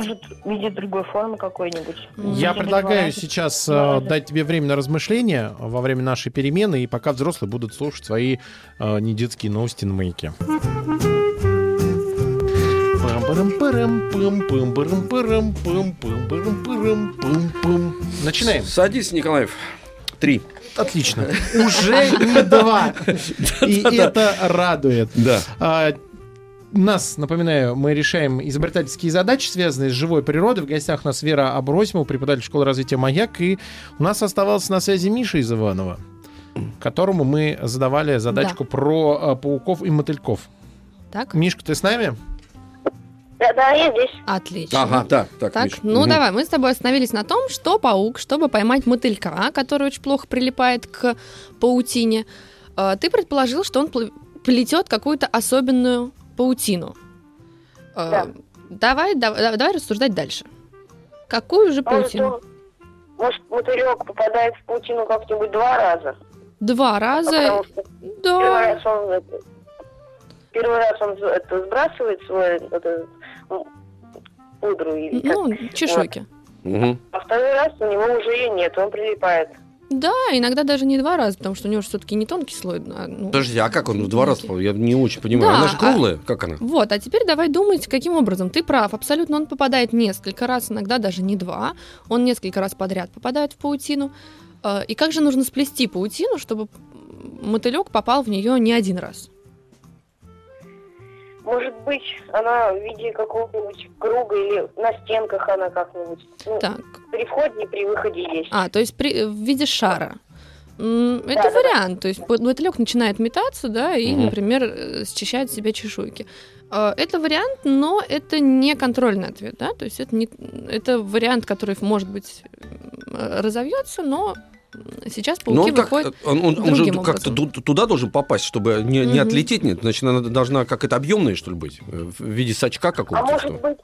Speaker 6: в виде другой формы какой-нибудь.
Speaker 5: М.
Speaker 3: Я
Speaker 6: Может,
Speaker 3: предлагаю
Speaker 6: бывает.
Speaker 3: сейчас э,
Speaker 6: Бывает.
Speaker 3: дать тебе время на размышления э, во время нашей перемены, и пока взрослые будут слушать свои э, недетские новости на маяке. Пам-пам-пам-пам-пам. Пырым-пырым-пым-пырым-пырым-пырым-пырым-пырым-пым-пым. Начинаем.
Speaker 2: Садись, Николаев. Три.
Speaker 3: Отлично. Уже не два. И это радует.
Speaker 2: Да.
Speaker 3: А, Нас, напоминаю, мы решаем изобретательские задачи, связанные с живой природой. В гостях у нас Вера Абросимова, преподаватель школы развития «Маяк». И у нас оставался на связи Миша из Иванова, которому мы задавали задачку про а, пауков и мотыльков.
Speaker 5: Так?
Speaker 3: Мишка, ты с нами?
Speaker 6: Да, да, я здесь.
Speaker 5: Отлично.
Speaker 2: Ага, так, так,
Speaker 5: Так,
Speaker 2: Миш.
Speaker 5: ну
Speaker 2: Мгм.
Speaker 5: давай, мы с тобой остановились на том, что паук, чтобы поймать мотылька, который очень плохо прилипает к паутине, э, ты предположил, что он пл- плетет какую-то особенную паутину. Э,
Speaker 6: Да.
Speaker 5: Давай, дав- давай, рассуждать дальше. Какую же
Speaker 6: Может,
Speaker 5: паутину?
Speaker 6: он- А Может, мотылек попадает в паутину как-нибудь два раза?
Speaker 5: Два раза.
Speaker 6: Потому что первый
Speaker 5: Да.
Speaker 6: раз он это- первый раз он это, сбрасывает свой это, м, пудру или как.
Speaker 5: Ну, чешуйки.
Speaker 2: Мгм.
Speaker 6: А второй раз у него уже ее нет, он прилипает.
Speaker 5: Да, иногда даже не два раза, потому что у него все-таки не тонкий слой. а, ну,
Speaker 2: Подожди, а как он в два раза? попал? Я не очень понимаю.
Speaker 5: Да,
Speaker 2: она же
Speaker 5: а-
Speaker 2: круглая. Как она?
Speaker 5: Вот, а теперь давай думать, каким образом. Ты прав, абсолютно он попадает несколько раз, иногда даже не два. Он несколько раз подряд попадает в паутину. Э, И как же нужно сплести паутину, чтобы мотылек попал в нее не один раз?
Speaker 6: Может быть, она в виде какого-нибудь круга или на стенках она как-нибудь. Ну,
Speaker 5: Так.
Speaker 6: при входе и при выходе есть.
Speaker 5: А, то есть при- в виде шара. М, Это
Speaker 6: Да-да-да.
Speaker 5: вариант. То есть п- мотылек начинает метаться, да, и,
Speaker 2: Мгм.
Speaker 5: например, э, счищает с себя чешуйки. Э, Это вариант, но это не контрольный ответ, да, то есть это, не, это вариант, который, может быть, м, разовьется, но сейчас пауки
Speaker 2: Ну, он, как,
Speaker 5: выходят...
Speaker 2: он, он- он же
Speaker 5: другим
Speaker 2: как-то
Speaker 5: образом.
Speaker 2: ту- туда должен попасть, чтобы не, не
Speaker 5: Мгм.
Speaker 2: отлететь. Нет, значит, она должна как это объемная, что ли, быть? Э, В виде сачка
Speaker 6: А
Speaker 2: какого-то.
Speaker 6: может
Speaker 2: что ли?
Speaker 6: быть,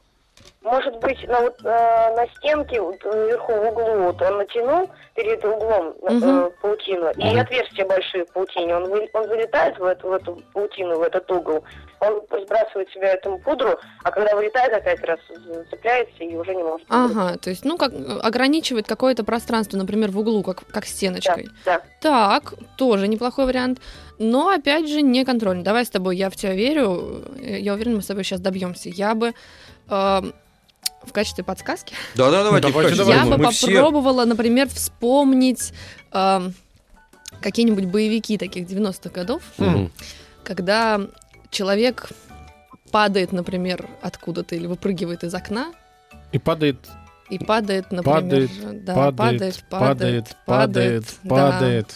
Speaker 6: может быть, на вот э, на стенке вот, наверху в углу вот он натянул перед углом э,
Speaker 5: Мгм.
Speaker 6: паутину, и
Speaker 2: Мгм.
Speaker 6: отверстия большие в паутине. Он, вы- он залетает в эту, в эту паутину, в этот угол, он сбрасывает себя этому пудру, а когда вылетает опять раз, з- цепляется и уже не может.
Speaker 5: Ага, то есть, ну, как э, ограничивает какое-то пространство, например, в углу, как, как
Speaker 6: Да,
Speaker 5: стеночкой.
Speaker 6: да.
Speaker 5: Так, тоже неплохой вариант. Но опять же, не контрольный. Давай с тобой, я в тебя верю. э, Я уверена, мы с тобой сейчас добьемся. Я бы э, в качестве подсказки
Speaker 2: Да-да, давайте.
Speaker 3: Давайте,
Speaker 2: вкачиваем.
Speaker 3: давай,
Speaker 5: я бы
Speaker 2: Мы все-
Speaker 5: попробовала, например, вспомнить э, какие-нибудь боевики таких 90-х годов,
Speaker 2: Мгм.
Speaker 5: когда человек падает, например, откуда-то или выпрыгивает из окна
Speaker 3: И падает,
Speaker 5: и падает, например, э, да,
Speaker 3: падает, падает, падает,
Speaker 5: да.
Speaker 3: падает.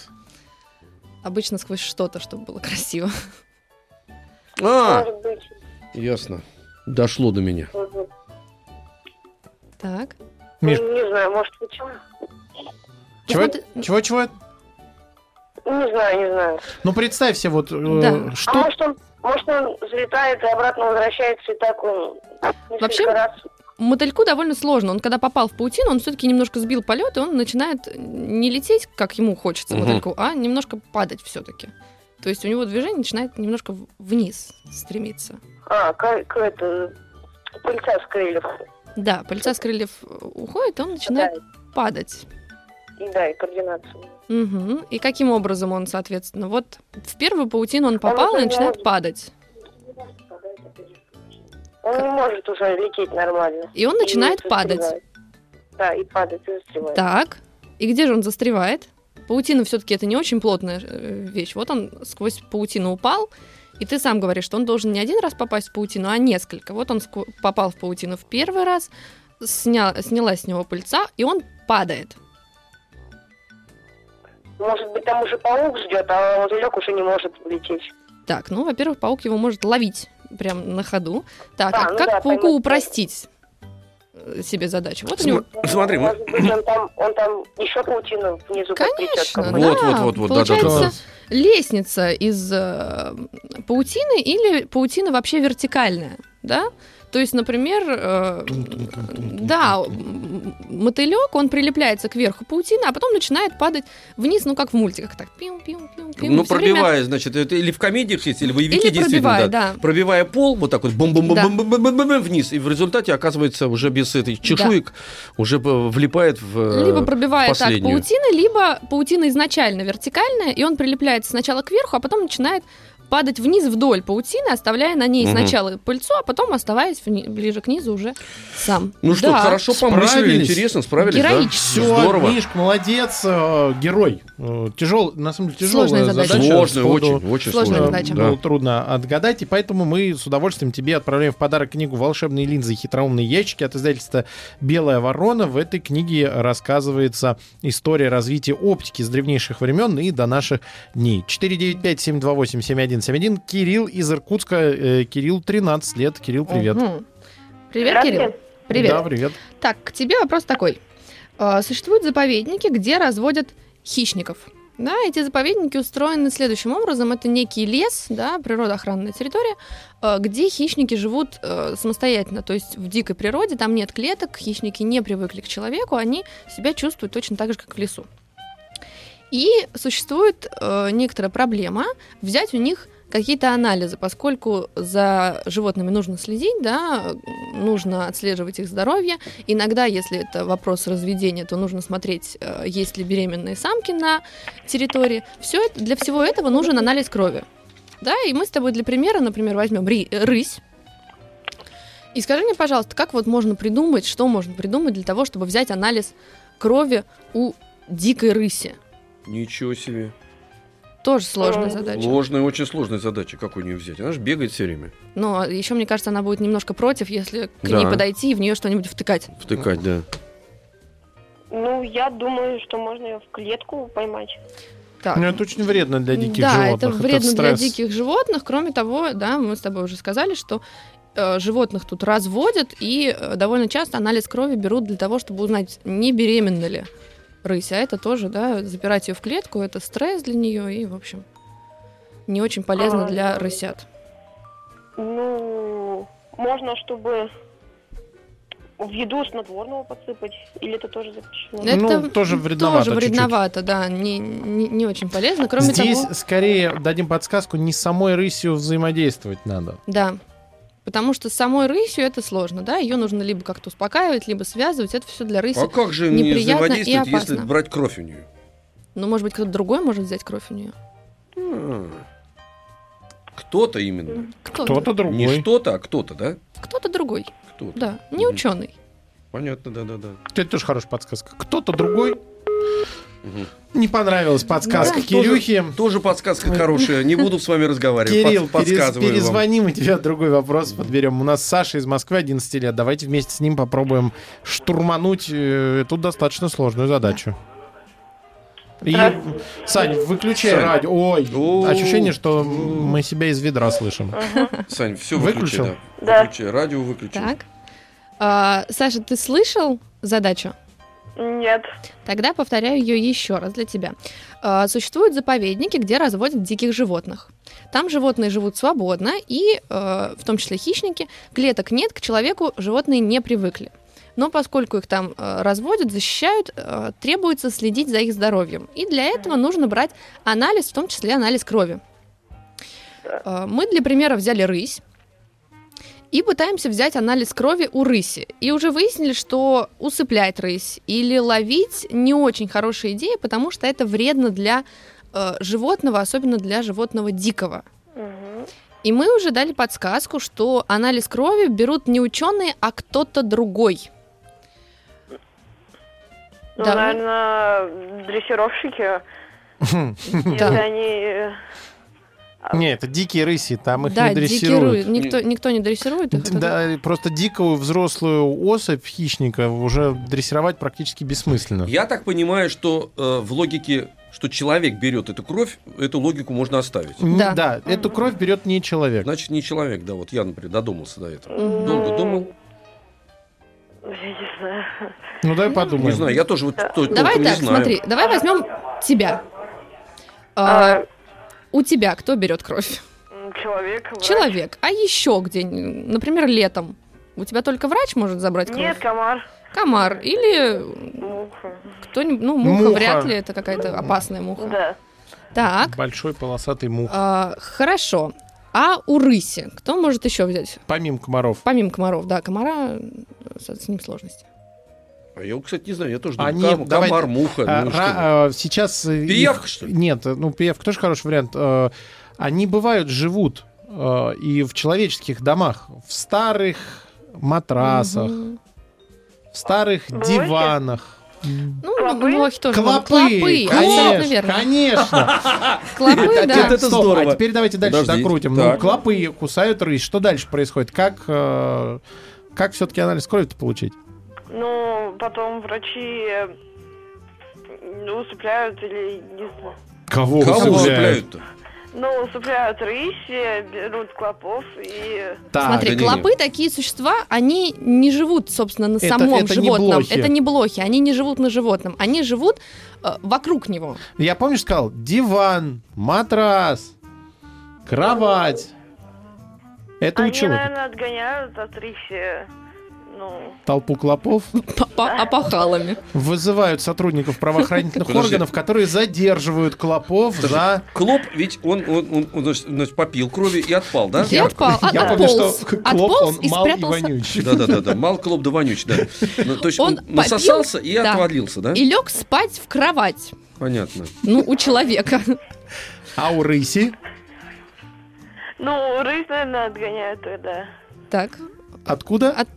Speaker 5: обычно сквозь что-то, чтобы было красиво.
Speaker 2: А,
Speaker 6: Может быть.
Speaker 2: ясно. Дошло до меня.
Speaker 6: Мгм.
Speaker 5: Так.
Speaker 3: Миш,
Speaker 6: Не знаю, может почему.
Speaker 3: чего,
Speaker 5: Ну, смотри-
Speaker 3: чего, чего?
Speaker 6: Не знаю, не знаю.
Speaker 3: Ну представь себе вот э,
Speaker 5: Да.
Speaker 6: А
Speaker 3: что.
Speaker 6: может он, может он залетает и обратно возвращается, и так он несколько
Speaker 5: Вообще,
Speaker 6: раз.
Speaker 5: Мотыльку довольно сложно. Он когда попал в паутину, он все-таки немножко сбил полет, и он начинает не лететь, как ему хочется
Speaker 2: Мгм.
Speaker 5: мотыльку, а немножко падать все-таки. То есть у него движение начинает немножко в- вниз стремиться.
Speaker 6: А, как, как это... Пыльца с крыльев.
Speaker 5: Да, пыльца с крыльев э, уходит, и он начинает падать.
Speaker 6: Да, и, да, и координацию.
Speaker 5: Мгм. И каким образом он, соответственно, вот в первую паутину он попал и
Speaker 6: уже
Speaker 5: начинает
Speaker 6: не-
Speaker 5: падать.
Speaker 6: Он не может уже лететь нормально.
Speaker 5: И он
Speaker 6: И
Speaker 5: начинает
Speaker 6: застревает.
Speaker 5: падать.
Speaker 6: Да, и падает, и застревает.
Speaker 5: Так. И где же он застревает? Паутина все-таки это не очень плотная э, вещь. Вот он сквозь паутину упал, и ты сам говоришь, что он должен не один раз попасть в паутину, а несколько. Вот он ск- попал в паутину в первый раз, сня- снялась с него пыльца, и он падает.
Speaker 6: Может быть, там уже паук ждет, а мотылек уже не может лететь.
Speaker 5: Так, ну, во-первых, паук его может ловить прям на ходу. Так,
Speaker 6: А,
Speaker 5: а
Speaker 6: ну
Speaker 5: как
Speaker 6: да,
Speaker 5: пауку
Speaker 6: поймать.
Speaker 5: упростить э, себе задачу? Вот у него
Speaker 2: См- Ну, Смотри, мы-
Speaker 6: Может быть, он там, он там еще паутину внизу подплетет.
Speaker 5: Конечно,
Speaker 6: какую-то.
Speaker 5: да.
Speaker 2: Вот, вот, вот, вот, да, да, да.
Speaker 5: Получается, лестница из э, паутины или паутина вообще вертикальная, да? То есть, например, э, да, м- мотылек, он прилепляется к верху паутины, а потом начинает падать вниз, ну как в мультиках, так пим пим пим пим
Speaker 2: Ну, пробивая, значит, это или в комедиях есть, или боевики
Speaker 5: Или
Speaker 2: действительно,
Speaker 5: пробивая,
Speaker 2: да.
Speaker 5: да.
Speaker 2: Пробивая пол, вот так вот бум бум бум бум бум бум бум бум вниз, и в результате оказывается уже без этой чешуек уже э, влипает в э,
Speaker 5: Либо пробивая так
Speaker 2: последнюю.
Speaker 5: паутина, либо паутина изначально вертикальная, и он прилепляется сначала кверху, а потом начинает падать вниз вдоль паутины, оставляя на ней
Speaker 2: Мгм.
Speaker 5: сначала пыльцу, а потом оставаясь вни- ближе к низу уже сам.
Speaker 2: Ну что,
Speaker 5: Да.
Speaker 2: хорошо помыслили,
Speaker 3: справились.
Speaker 2: интересно, справились, да?
Speaker 5: Героически.
Speaker 3: Все,
Speaker 2: Здорово.
Speaker 3: Мишка, молодец, э, герой. Тяжел, на самом деле тяжелая
Speaker 5: Сложная задача.
Speaker 3: задача.
Speaker 2: Сложно,
Speaker 3: сходу, э,
Speaker 2: очень, очень
Speaker 5: Сложная
Speaker 2: сложно.
Speaker 5: задача.
Speaker 2: Да.
Speaker 3: Было трудно отгадать, и поэтому мы с удовольствием тебе отправляем в подарок книгу «Волшебные линзы и хитроумные ящики» от издательства «Белая ворона». В этой книге рассказывается история развития оптики с древнейших времен и до наших дней. 495-728-7171. Кирилл из Иркутска. Э, Кирилл, 13 лет. Кирилл, привет.
Speaker 5: Мгм. Привет,
Speaker 6: Здравствуйте.
Speaker 5: Кирилл. Привет.
Speaker 3: Да, привет.
Speaker 5: Так, к тебе вопрос такой. А, Существуют заповедники, где разводят хищников. Да, эти заповедники устроены следующим образом. Это некий лес, да, природоохранная территория, э, где хищники живут э, самостоятельно. То есть в дикой природе, там нет клеток, хищники не привыкли к человеку, они себя чувствуют точно так же, как в лесу. И существует э, некоторая проблема взять у них какие-то анализы, поскольку за животными нужно следить, да, э, нужно отслеживать их здоровье, Иногда, если это вопрос разведения, то нужно смотреть, э, есть ли беременные самки на территории. Все это, для всего этого нужен анализ крови. Да, и мы с тобой для примера, например, возьмем ри- э, рысь. И скажи мне, пожалуйста, как вот можно придумать, что можно придумать для того, чтобы взять анализ крови у дикой рыси?
Speaker 2: Ничего себе.
Speaker 5: Тоже сложная
Speaker 6: Ой.
Speaker 5: задача.
Speaker 2: Сложная, очень сложная задача, как у нее взять. Она же бегает все время,
Speaker 5: Но еще, мне кажется, она будет немножко против, если к
Speaker 2: Да.
Speaker 5: ней подойти и в нее что-нибудь втыкать.
Speaker 2: втыкать, да.
Speaker 6: Ну, я думаю, что можно ее в клетку поймать.
Speaker 5: Так.
Speaker 3: Ну, это очень вредно для диких
Speaker 5: да,
Speaker 3: животных.
Speaker 5: это вредно для
Speaker 3: стресс.
Speaker 5: диких животных. Кроме того, да, мы с тобой уже сказали, что э, животных тут разводят, и э, довольно часто анализ крови берут для того, чтобы узнать, не беременна ли рысь. А это тоже, да, запирать ее в клетку, это стресс для нее, и, в общем, не очень полезно
Speaker 6: А,
Speaker 5: для
Speaker 6: да.
Speaker 5: рысят.
Speaker 6: Ну, можно, чтобы в еду снотворного подсыпать, или это тоже запрещено?
Speaker 3: Ну, тоже вредновато
Speaker 5: Тоже
Speaker 3: чуть-чуть.
Speaker 5: вредновато, да, не, не, не очень полезно. Кроме
Speaker 3: Здесь
Speaker 5: того,
Speaker 3: скорее дадим подсказку, не с самой рысью взаимодействовать надо.
Speaker 5: да, потому что с самой рысью это сложно, да, ее нужно либо как-то успокаивать, либо связывать, это все для рыси
Speaker 2: А как же не
Speaker 5: неприятно и
Speaker 2: взаимодействовать, если
Speaker 5: опасно.
Speaker 2: брать кровь у нее?
Speaker 5: Ну, может быть, кто-то другой может взять кровь у нее.
Speaker 2: А. Кто-то именно.
Speaker 5: Кто-то.
Speaker 3: Кто-то другой.
Speaker 2: Не что-то, а кто-то, да?
Speaker 5: Кто-то другой.
Speaker 2: Кто-то.
Speaker 5: Да, не
Speaker 2: Мгм.
Speaker 5: ученый.
Speaker 2: Понятно, да-да-да.
Speaker 3: Это тоже хорошая подсказка. Кто-то другой. Не понравилась подсказка
Speaker 5: Да.
Speaker 3: Кирюхе.
Speaker 2: Тоже подсказка хорошая. Не буду с вами разговаривать.
Speaker 3: Кирилл,
Speaker 2: Под-
Speaker 3: перез-
Speaker 2: подсказываю вам.
Speaker 3: перезвоним, и тебя другой вопрос подберем. У нас Саша из Москвы, 11 лет. Давайте вместе с ним попробуем штурмануть э, эту достаточно сложную задачу. И, Сань, выключай
Speaker 2: Сань.
Speaker 3: радио. Ой,
Speaker 2: О.
Speaker 3: ощущение, что мы себя из ведра слышим.
Speaker 2: Сань, все
Speaker 3: Выключил?
Speaker 2: выключи, да.
Speaker 6: Да.
Speaker 2: Выключи, радио выключи.
Speaker 5: Так. А, Саша, ты слышал задачу?
Speaker 6: Нет.
Speaker 5: Тогда повторяю ее еще раз для тебя. А, Существуют заповедники, где разводят диких животных. Там животные живут свободно, и э, в том числе хищники. Клеток нет, к человеку животные не привыкли. Но поскольку их там э, разводят, защищают, э, требуется следить за их здоровьем. И для этого нужно брать анализ, в том числе анализ крови. Э, Мы для примера взяли рысь и пытаемся взять анализ крови у рыси. И уже выяснили, что усыплять рысь или ловить не очень хорошая идея, потому что это вредно для э, животного, особенно для животного дикого.
Speaker 6: Мгм.
Speaker 5: И мы уже дали подсказку, что анализ крови берут не ученые, а кто-то другой.
Speaker 6: Ну,
Speaker 5: Да.
Speaker 6: наверное, дрессировщики, если
Speaker 5: Да.
Speaker 6: они... э,
Speaker 3: Не, это дикие рыси, там их
Speaker 5: А. да,
Speaker 3: не
Speaker 5: дикие
Speaker 3: дрессируют.
Speaker 5: ры- Никто, никто не дрессирует их. это-
Speaker 3: Да, и просто дикую взрослую особь хищника уже дрессировать практически бессмысленно.
Speaker 2: Я так понимаю, что э, в логике, что человек берет эту кровь, эту логику можно оставить.
Speaker 3: Н-
Speaker 5: Да.
Speaker 3: эту кровь берет не человек.
Speaker 2: Значит, не человек, да, вот я, например, додумался до этого.
Speaker 5: Мгм.
Speaker 2: Долго думал.
Speaker 6: Я не знаю.
Speaker 3: Ну дай
Speaker 2: Не
Speaker 3: подумаем.
Speaker 2: знаю, я тоже вот то- толком
Speaker 5: Давай
Speaker 2: не
Speaker 5: так,
Speaker 2: знаю.
Speaker 5: смотри, давай возьмем тебя. А,
Speaker 6: А,
Speaker 5: у тебя кто берет кровь?
Speaker 6: м, человек, врач.
Speaker 5: Человек. А еще где? Например, летом. У тебя только врач может забрать кровь?
Speaker 6: Нет, комар.
Speaker 5: Комар или
Speaker 6: Муха.
Speaker 5: кто-нибудь, ну, муха,
Speaker 3: Муха.
Speaker 5: вряд ли, это какая-то опасная муха.
Speaker 6: Да.
Speaker 5: Так,
Speaker 3: Большой полосатый мух.
Speaker 5: а, хорошо. А у рыси кто может еще взять?
Speaker 3: Помимо комаров.
Speaker 5: Помимо комаров, да, комара, э, с с ним сложности.
Speaker 2: А я, кстати, не знаю, я тоже
Speaker 3: А
Speaker 2: думаю,
Speaker 3: нет,
Speaker 2: кам-
Speaker 3: давай-
Speaker 2: комар, муха,
Speaker 3: А,
Speaker 2: ну
Speaker 3: ра-
Speaker 2: что.
Speaker 3: а, сейчас... э,
Speaker 2: Пиявка,
Speaker 3: их-
Speaker 2: что ли?
Speaker 3: Нет, э, ну пиявка тоже хороший вариант. Э, Они бывают, живут э, и в человеческих домах, в старых матрасах,
Speaker 5: Мгм.
Speaker 3: в старых
Speaker 6: Бывает?
Speaker 3: диванах.
Speaker 5: Ну,
Speaker 6: Клопы?
Speaker 5: на Малахе тоже.
Speaker 3: Клопы,
Speaker 5: много. Клопы, абсолютно
Speaker 3: конечно,
Speaker 5: верно.
Speaker 3: конечно.
Speaker 5: Клопы,
Speaker 2: Это-
Speaker 5: да.
Speaker 2: это-
Speaker 3: Стоп,
Speaker 2: здорово.
Speaker 3: А теперь давайте дальше
Speaker 2: Подождите.
Speaker 3: докрутим. Ну,
Speaker 2: Так.
Speaker 3: клопы кусают рысь. Что дальше происходит? Как, э, как все-таки анализ крови-то получить?
Speaker 6: Ну, потом врачи э, ну, усыпляют или не знаю.
Speaker 3: Кого,
Speaker 2: Кого
Speaker 3: усыпляют?
Speaker 2: усыпляют-то?
Speaker 6: Ну, усыпляют рысь, э, берут клопов и...
Speaker 3: Так,
Speaker 5: Смотри,
Speaker 2: да не, не.
Speaker 5: клопы такие существа, они не живут, собственно, на
Speaker 3: Это-
Speaker 5: самом
Speaker 3: это не
Speaker 5: животном.
Speaker 3: блохи.
Speaker 5: это не блохи, они не живут на животном, они живут э, вокруг него.
Speaker 3: я помнишь, сказал, диван, матрас, кровать. Это
Speaker 2: Ну,
Speaker 6: Они,
Speaker 3: у чего?
Speaker 6: наверное, отгоняют от рыси. Ну,
Speaker 3: Толпу клопов
Speaker 5: По опахалами.
Speaker 3: вызывают сотрудников правоохранительных
Speaker 2: Подожди.
Speaker 3: органов, которые задерживают клопов за.
Speaker 2: Клоп, ведь он, он, он, он, значит, значит, попил крови и отпал, да?
Speaker 5: Я отпал, а-
Speaker 3: Я помню, что
Speaker 5: отполз,
Speaker 3: клоп,
Speaker 5: отполз
Speaker 3: он
Speaker 5: и
Speaker 3: мал и
Speaker 5: спрятался.
Speaker 3: вонючий.
Speaker 2: Да, да, да, да. Мал клоп да вонюч, да. Ну, то есть он,
Speaker 5: Он
Speaker 2: насосался и
Speaker 5: да.
Speaker 2: отвалился, да?
Speaker 5: И лег спать в кровать.
Speaker 2: Понятно.
Speaker 5: Ну, у человека.
Speaker 3: А у рыси
Speaker 6: ну рысь, наверное, отгоняют тогда.
Speaker 5: Так.
Speaker 3: откуда?
Speaker 5: От-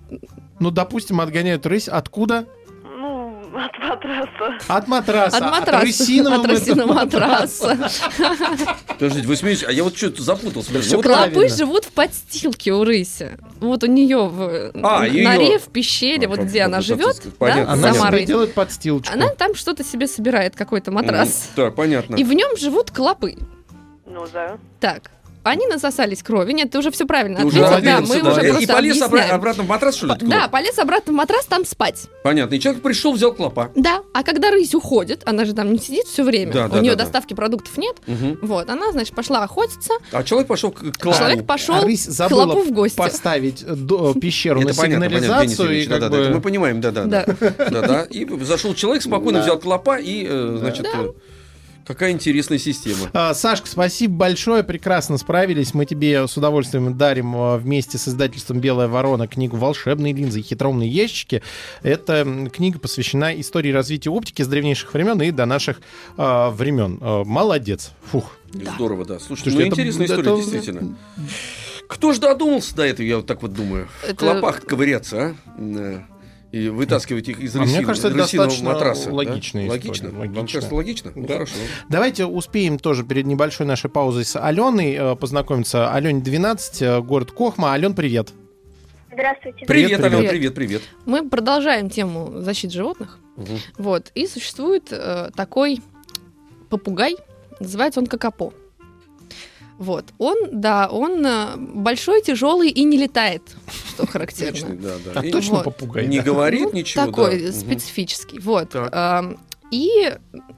Speaker 3: Ну, допустим, отгоняют рысь. Откуда?
Speaker 6: Ну, от матраса.
Speaker 3: От матраса.
Speaker 5: От матраса.
Speaker 3: рысиного
Speaker 5: От рысиного матраса.
Speaker 2: Подождите, вы смеетесь, а я вот что-то запутался. блин.
Speaker 3: всё
Speaker 2: Ну, вот-
Speaker 3: правильно.
Speaker 5: Клопы живут в подстилке у рыси. Вот у нее в
Speaker 2: А,
Speaker 5: н-
Speaker 2: её.
Speaker 5: норе, в пещере,
Speaker 2: А,
Speaker 5: вот
Speaker 2: как
Speaker 5: где
Speaker 2: бы
Speaker 5: она
Speaker 2: вот это
Speaker 5: живет,
Speaker 2: сказать,
Speaker 5: да,
Speaker 2: понятно,
Speaker 5: с
Speaker 3: Она
Speaker 2: понятно.
Speaker 3: себе
Speaker 5: Самарой.
Speaker 3: делает подстилочку.
Speaker 5: Она там что-то себе собирает, какой-то матрас.
Speaker 2: Мгм. Так, понятно.
Speaker 5: И в нем живут клопы.
Speaker 6: Ну, да.
Speaker 5: Так. Они насосались крови. Нет, ты уже все правильно
Speaker 2: Ты уже
Speaker 5: ответил. Да,
Speaker 2: ответил,
Speaker 5: мы
Speaker 2: да.
Speaker 5: уже
Speaker 2: И-
Speaker 5: просто
Speaker 2: И полез обра-
Speaker 5: объясняем.
Speaker 2: обратно в матрас, что ли?
Speaker 5: По-
Speaker 2: этот клоп?
Speaker 5: Да, полез обратно в матрас, там спать.
Speaker 2: Понятно. И человек пришел, взял клопа.
Speaker 5: Да. А когда рысь уходит, она же там не сидит все время,
Speaker 2: Да,
Speaker 5: у
Speaker 2: да,
Speaker 5: нее
Speaker 2: да, да.
Speaker 5: доставки продуктов нет.
Speaker 2: Мгм.
Speaker 5: Вот, она, значит, пошла охотиться.
Speaker 2: А человек пошел к к клопу.
Speaker 5: Человек пошел
Speaker 3: А рысь
Speaker 5: к
Speaker 3: забыла
Speaker 5: клопу в гости.
Speaker 3: поставить э, до- э, пещеру на
Speaker 2: Это понятно, понятно, Денис
Speaker 3: сигнализацию
Speaker 2: Ильич,
Speaker 3: и
Speaker 2: да,
Speaker 3: как
Speaker 2: да, да,
Speaker 3: бы-
Speaker 2: это мы понимаем, да, да, да,
Speaker 5: Да.
Speaker 2: да, да. И зашел человек, спокойно взял клопа и, э, значит, э, какая интересная система.
Speaker 3: А, Сашка, спасибо большое, прекрасно справились. Мы тебе с удовольствием дарим а, вместе с издательством «Белая ворона» книгу «Волшебные линзы и хитроумные ящики». Эта м, книга посвящена истории развития оптики с древнейших времен и до наших а, времен. А, Молодец. Фух.
Speaker 2: Здорово, да. Слушайте,
Speaker 3: Слушайте,
Speaker 2: ну
Speaker 3: это-
Speaker 2: интересная история,
Speaker 3: это-
Speaker 2: действительно. Кто же додумался до этого, я вот так вот думаю. В
Speaker 5: Это-
Speaker 2: клопах ковыряться, а? М, И вытаскивать их из
Speaker 3: А мне
Speaker 2: рысиного,
Speaker 3: кажется, это
Speaker 2: рысиного
Speaker 3: достаточно
Speaker 2: матраса. да?
Speaker 3: логичная история,
Speaker 2: Логично? Вам
Speaker 3: логично.
Speaker 2: кажется, логично? Ну,
Speaker 3: Да.
Speaker 2: хорошо.
Speaker 3: Давайте успеем тоже перед небольшой нашей паузой с Аленой э, познакомиться. Алене 12, э, город Кохма. Ален, привет.
Speaker 4: Здравствуйте.
Speaker 2: Привет,
Speaker 3: привет.
Speaker 2: Алена, привет, привет.
Speaker 5: Мы продолжаем тему защиты животных.
Speaker 2: Мгм.
Speaker 5: Вот. И существует э, такой попугай, называется он какапо. Вот. Он, да, он э, большой, тяжелый и не летает, что характерно.
Speaker 2: Отлично, да, да.
Speaker 3: А
Speaker 2: И
Speaker 3: точно
Speaker 5: вот.
Speaker 3: попугай?
Speaker 2: Не
Speaker 3: да?
Speaker 2: говорит
Speaker 5: Ну,
Speaker 2: ничего,
Speaker 5: Такой
Speaker 2: да. Мгм.
Speaker 5: специфический. Вот.
Speaker 2: Так.
Speaker 5: Эм, И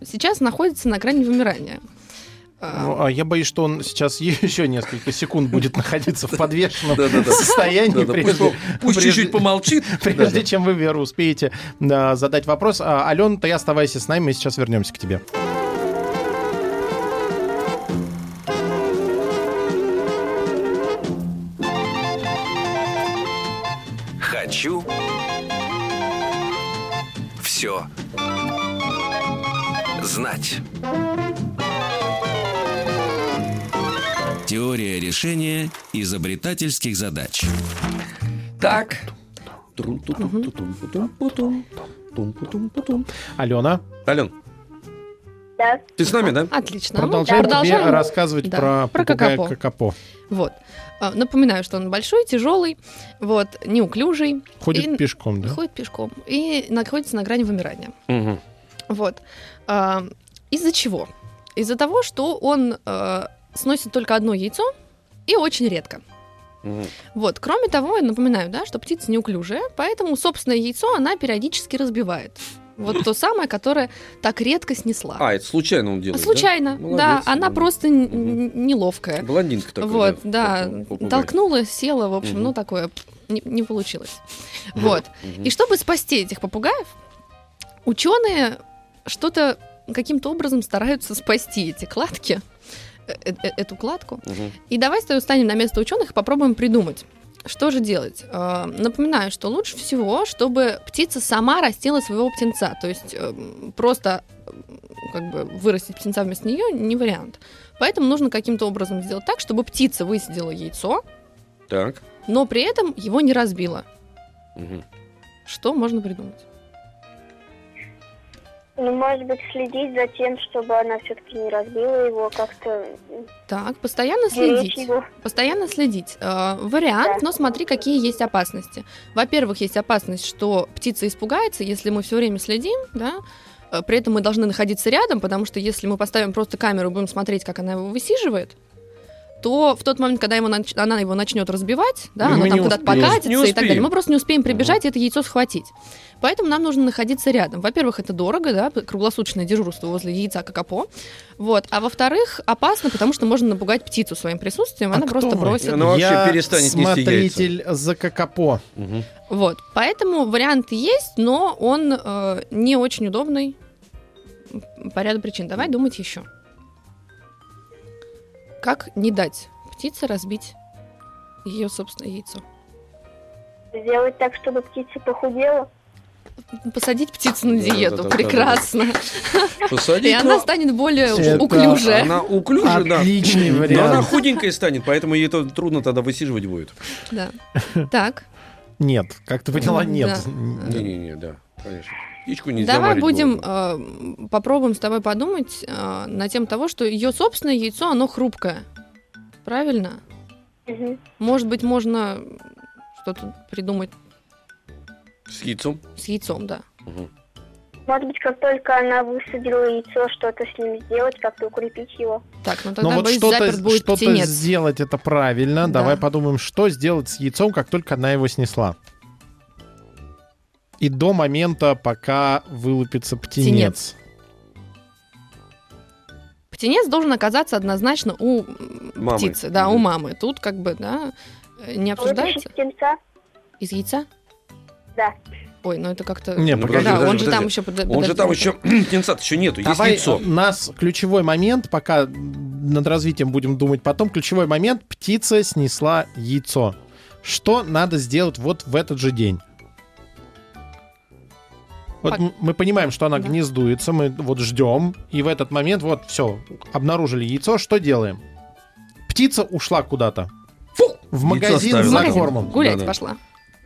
Speaker 5: сейчас находится на грани вымирания. Эм,
Speaker 3: Ну, а я боюсь, что он сейчас еще несколько секунд будет находиться в подвешенном
Speaker 2: Да-да-да.
Speaker 3: состоянии,
Speaker 2: Да-да, пусть
Speaker 3: прежде,
Speaker 2: пусть
Speaker 3: прежде-
Speaker 2: чуть-чуть помолчит.
Speaker 3: прежде чем вы, Вера, успеете да, задать вопрос. А, Ален, ты оставайся с нами, мы сейчас вернемся к тебе.
Speaker 1: Хочу все знать. Теория решения изобретательских задач.
Speaker 2: Так. Ален,
Speaker 3: Алена,
Speaker 4: Да.
Speaker 2: ты с нами, да?
Speaker 5: Отлично. А мы
Speaker 3: продолжай тебе
Speaker 5: продолжаем.
Speaker 3: рассказывать
Speaker 5: Да,
Speaker 3: про,
Speaker 5: про
Speaker 3: попугая
Speaker 5: какапо.
Speaker 3: какапо.
Speaker 5: Вот. А, Напоминаю, что он большой, тяжелый, вот, неуклюжий,
Speaker 3: Ходит
Speaker 5: И-
Speaker 3: пешком, да?
Speaker 5: ходит пешком и находится на грани вымирания.
Speaker 2: Мгм.
Speaker 5: Вот. А, Из-за чего? Из-за того, что он э, сносит только одно яйцо и очень редко.
Speaker 2: Мгм.
Speaker 5: Вот. Кроме того, я напоминаю, да, что птица неуклюжая, поэтому собственное яйцо она периодически разбивает. Вот то самое, которое так редко снесла. Ну,
Speaker 2: А, это случайно он делает, да?
Speaker 5: Случайно, да,
Speaker 2: Молодец,
Speaker 5: она
Speaker 2: да.
Speaker 5: просто н-
Speaker 2: Мгм.
Speaker 5: н- неловкая.
Speaker 2: Блондинка такая.
Speaker 5: Вот, да,
Speaker 2: такой попугай.
Speaker 5: толкнула, села, в общем,
Speaker 2: Мгм.
Speaker 5: ну такое пф, не, не получилось.
Speaker 2: Мгм.
Speaker 5: Вот.
Speaker 2: Мгм.
Speaker 5: И чтобы спасти этих попугаев, ученые что-то каким-то образом стараются спасти эти кладки, э- э- э- эту кладку.
Speaker 2: Мгм.
Speaker 5: И давай с тобой встанем на место ученых и попробуем придумать. Что же делать? Э, Напоминаю, что лучше всего, чтобы птица сама растила своего э, птенца. То есть эм, просто э, как бы вырастить птенца вместо нее не вариант. Поэтому нужно каким-то образом сделать так, чтобы птица высидела яйцо,
Speaker 2: Так.
Speaker 5: но при этом его не разбила.
Speaker 2: Мгм.
Speaker 5: Что можно придумать?
Speaker 4: Ну, может быть, следить за тем, чтобы она все-таки не разбила его, а как-то м,
Speaker 5: Так, постоянно
Speaker 4: беречь
Speaker 5: следить.
Speaker 4: его.
Speaker 5: Постоянно следить. Э, вариант, но смотри, какие есть опасности. Во-первых, есть опасность, что птица испугается, если мы все время следим, да. Э, При этом мы должны находиться рядом, потому что если мы поставим просто камеру и будем смотреть, как она его высиживает, то в тот момент, когда его нач- она его начнет разбивать, да,
Speaker 3: Ну, Мы
Speaker 5: она
Speaker 3: не
Speaker 5: там куда-то
Speaker 3: успеем.
Speaker 5: покатится
Speaker 3: Не
Speaker 5: и так далее,
Speaker 3: успеем.
Speaker 5: мы просто не успеем прибежать и это яйцо схватить. Поэтому нам нужно находиться рядом. Во-первых, это дорого, да, круглосуточное дежурство возле яйца какапо. Вот. А во-вторых, опасно, потому что можно напугать птицу своим присутствием,
Speaker 3: А
Speaker 5: она
Speaker 3: кто мы?
Speaker 5: просто бросит.
Speaker 2: Она Ну, вообще
Speaker 3: Я
Speaker 2: перестанет нести яйца.
Speaker 3: смотритель за какапо.
Speaker 2: Мгм.
Speaker 5: Вот, поэтому вариант есть, но он э, не очень удобный м, по ряду причин. Давай думать еще. Как не дать птице разбить ее собственное яйцо?
Speaker 4: Сделать так, чтобы птица похудела.
Speaker 5: Посадить птицу на
Speaker 2: Да, да,
Speaker 5: диету,
Speaker 2: да, да, да,
Speaker 5: прекрасно.
Speaker 2: Посадить,
Speaker 5: И она
Speaker 2: но
Speaker 5: станет более
Speaker 3: Это- А
Speaker 5: уклюже.
Speaker 2: Она уклюже, да.
Speaker 3: Отличный
Speaker 2: Но Ну, она
Speaker 3: вариант.
Speaker 2: худенькая станет, поэтому ей это трудно тогда высиживать будет.
Speaker 5: Да. Так,
Speaker 3: Нет, как ты поняла, нет.
Speaker 5: Да.
Speaker 2: Не-не-не, да, конечно. Птичку нельзя
Speaker 5: давай
Speaker 2: варить
Speaker 5: будем
Speaker 2: голодно.
Speaker 5: э, попробуем с тобой подумать э, на тему того, что ее собственное яйцо, оно хрупкое. Правильно?
Speaker 4: Мгм.
Speaker 5: Может быть, можно что-то придумать
Speaker 2: С яйцом?
Speaker 5: с яйцом, да.
Speaker 2: Мгм.
Speaker 4: Может быть, как только она высадила яйцо, что-то с ним сделать, как-то укрепить его.
Speaker 5: Так, ну
Speaker 3: Но
Speaker 5: тогда
Speaker 3: вот
Speaker 5: боюсь, заперт
Speaker 3: что-то
Speaker 5: будет
Speaker 3: что
Speaker 5: птенец.
Speaker 3: сделать это правильно.
Speaker 5: Да.
Speaker 3: Давай подумаем, что сделать с яйцом, как только она его снесла. И до момента, пока вылупится птенец.
Speaker 5: Птенец должен оказаться однозначно у м,
Speaker 2: Мамы.
Speaker 5: птицы, да, у
Speaker 2: Мгм.
Speaker 5: мамы. Тут как бы, да, э, не
Speaker 4: Вытащить
Speaker 5: обсуждается.
Speaker 4: птенца?
Speaker 5: Из яйца?
Speaker 4: Да.
Speaker 5: Ой, ну это как-то...
Speaker 3: Не,
Speaker 2: Ну,
Speaker 5: Да,
Speaker 3: погоди,
Speaker 2: подожди,
Speaker 5: он
Speaker 2: подожди,
Speaker 5: же там
Speaker 2: подожди.
Speaker 5: еще... под-
Speaker 2: Он же там
Speaker 5: подожди.
Speaker 2: еще птенца еще нету, есть
Speaker 3: Давай,
Speaker 2: яйцо.
Speaker 3: э, У нас ключевой момент, пока над развитием будем думать потом, ключевой момент, птица снесла яйцо. Что надо сделать вот в этот же день? Вот
Speaker 5: Пак-
Speaker 3: м- мы понимаем, что она
Speaker 5: Да.
Speaker 3: гнездуется, мы вот ждем, и в этот момент вот все, обнаружили яйцо, что делаем? Птица ушла куда-то. в
Speaker 2: Яйцо
Speaker 3: магазин
Speaker 2: оставила.
Speaker 5: В
Speaker 3: за
Speaker 5: магазин
Speaker 3: кормом.
Speaker 5: Гулять
Speaker 2: Да-да.
Speaker 5: пошла.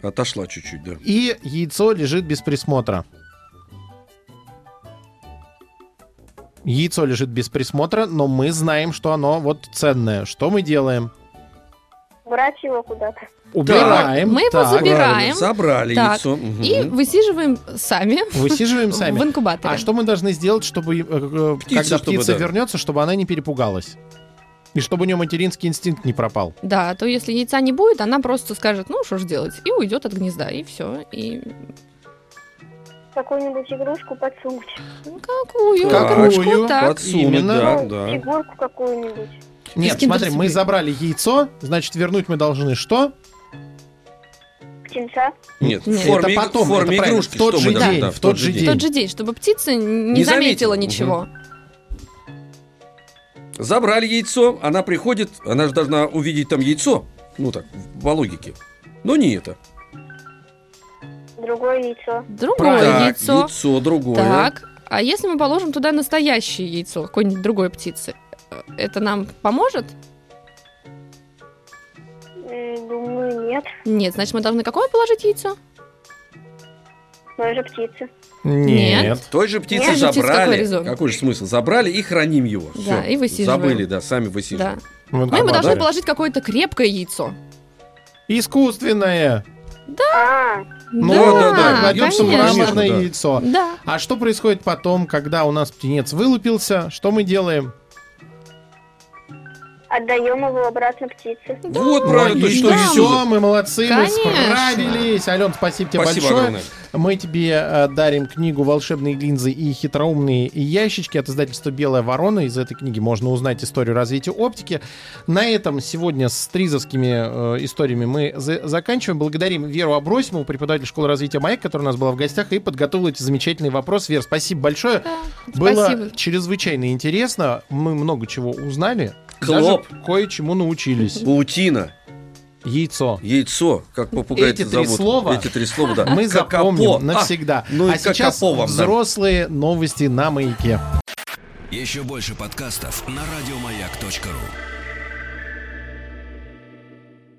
Speaker 2: Отошла чуть-чуть, да.
Speaker 3: И яйцо лежит без присмотра. Яйцо лежит без присмотра, но мы знаем, что оно вот ценное. Что мы делаем?
Speaker 4: Брать его куда-то.
Speaker 3: Убираем.
Speaker 5: мы его
Speaker 3: так,
Speaker 5: забираем.
Speaker 2: Правильно, Забрали
Speaker 5: Так.
Speaker 2: яйцо. мгм.
Speaker 5: И высиживаем сами,
Speaker 3: Высиживаем
Speaker 5: в
Speaker 3: сами.
Speaker 5: инкубаторе.
Speaker 3: А что мы должны сделать, чтобы э, э,
Speaker 2: Птица,
Speaker 3: когда
Speaker 2: чтобы,
Speaker 3: птица
Speaker 2: да.
Speaker 3: вернется, чтобы она не перепугалась? И чтобы у нее материнский инстинкт не пропал.
Speaker 5: Да, а то если яйца не будет, она просто скажет, ну что ж делать, и уйдет от гнезда, и все. И
Speaker 4: Какую-нибудь игрушку подсунуть.
Speaker 5: ну, какую
Speaker 2: Так,
Speaker 5: игрушку, так.
Speaker 2: подсунуть,
Speaker 3: именно.
Speaker 2: да,
Speaker 4: Ну,
Speaker 2: да.
Speaker 4: Фигурку какую-нибудь.
Speaker 3: Нет,
Speaker 5: киндер
Speaker 3: смотри, мы
Speaker 5: сюрприз.
Speaker 3: забрали яйцо, значит, вернуть мы должны что?
Speaker 4: Птенца.
Speaker 2: Нет, в
Speaker 5: Нет.
Speaker 2: форме,
Speaker 3: это потом,
Speaker 2: в форме
Speaker 3: это правильно,
Speaker 2: игрушки.
Speaker 3: в тот
Speaker 2: что
Speaker 3: же
Speaker 2: мы должны-
Speaker 3: день,
Speaker 2: да,
Speaker 3: в тот же
Speaker 5: В
Speaker 3: день.
Speaker 5: тот же день, чтобы птица не,
Speaker 2: Не
Speaker 5: заметила
Speaker 2: заметила, мгм.
Speaker 5: ничего.
Speaker 2: Забрали яйцо, она приходит, она же должна увидеть там яйцо. Ну так, в- по логике. Но не это.
Speaker 4: Другое яйцо.
Speaker 5: Другое
Speaker 2: так,
Speaker 5: яйцо.
Speaker 2: яйцо другое.
Speaker 5: Так. А если мы положим туда настоящее яйцо какой-нибудь другой птицы, э, это нам поможет?
Speaker 4: М, Думаю, нет.
Speaker 5: Нет, значит, мы должны какое положить яйцо?
Speaker 4: Но же птица.
Speaker 5: Нет.
Speaker 2: Той же птицы
Speaker 5: Той же птицы, какой
Speaker 2: забрали.
Speaker 5: резон?
Speaker 2: какой же смысл? Забрали и храним его. Всё.
Speaker 5: Да, и высиживаем.
Speaker 2: Забыли, да, сами
Speaker 5: Да.
Speaker 2: высиживаем.
Speaker 3: Мы
Speaker 5: Ну, и мы
Speaker 2: Обладали.
Speaker 5: должны положить какое-то крепкое яйцо.
Speaker 3: Искусственное.
Speaker 4: А,
Speaker 3: Ну
Speaker 5: да,
Speaker 3: да, да, кладется
Speaker 5: конечно.
Speaker 3: в рамочное
Speaker 2: Конечно, да.
Speaker 3: яйцо.
Speaker 5: Да.
Speaker 3: А что происходит потом, когда у нас птенец вылупился? Что мы делаем?
Speaker 4: отдаем его обратно птице.
Speaker 2: Ну Вот правильно,
Speaker 3: Ну, и
Speaker 2: точно.
Speaker 5: да.
Speaker 2: всё.
Speaker 3: все, мы молодцы,
Speaker 5: Конечно.
Speaker 3: мы справились. Ален, спасибо тебе
Speaker 2: Спасибо
Speaker 3: большое.
Speaker 2: огромное.
Speaker 3: Мы тебе э, дарим книгу «Волшебные линзы и хитроумные ящички» от издательства «Белая ворона». Из этой книги можно узнать историю развития оптики. На этом сегодня с тризовскими э, историями мы за- заканчиваем. Благодарим Веру Абросимову, преподаватель школы развития «Маяк», которая у нас была в гостях и подготовила эти замечательные вопросы. Вер, спасибо большое.
Speaker 5: Да.
Speaker 3: Было
Speaker 5: Спасибо.
Speaker 3: чрезвычайно интересно. Мы много чего узнали.
Speaker 2: Клоп.
Speaker 3: Даже кое-чему научились.
Speaker 2: Паутина,
Speaker 3: Яйцо.
Speaker 2: яйцо, как попугай
Speaker 3: Эти
Speaker 2: это
Speaker 3: три
Speaker 2: зовут.
Speaker 3: слова
Speaker 2: Эти три слова, да.
Speaker 3: Мы
Speaker 2: Какапо.
Speaker 3: запомним
Speaker 2: А,
Speaker 3: навсегда.
Speaker 2: ну и
Speaker 3: а сейчас
Speaker 2: какапо вам, да.
Speaker 3: взрослые новости на маяке.
Speaker 1: Еще больше подкастов на радиомаяк.ру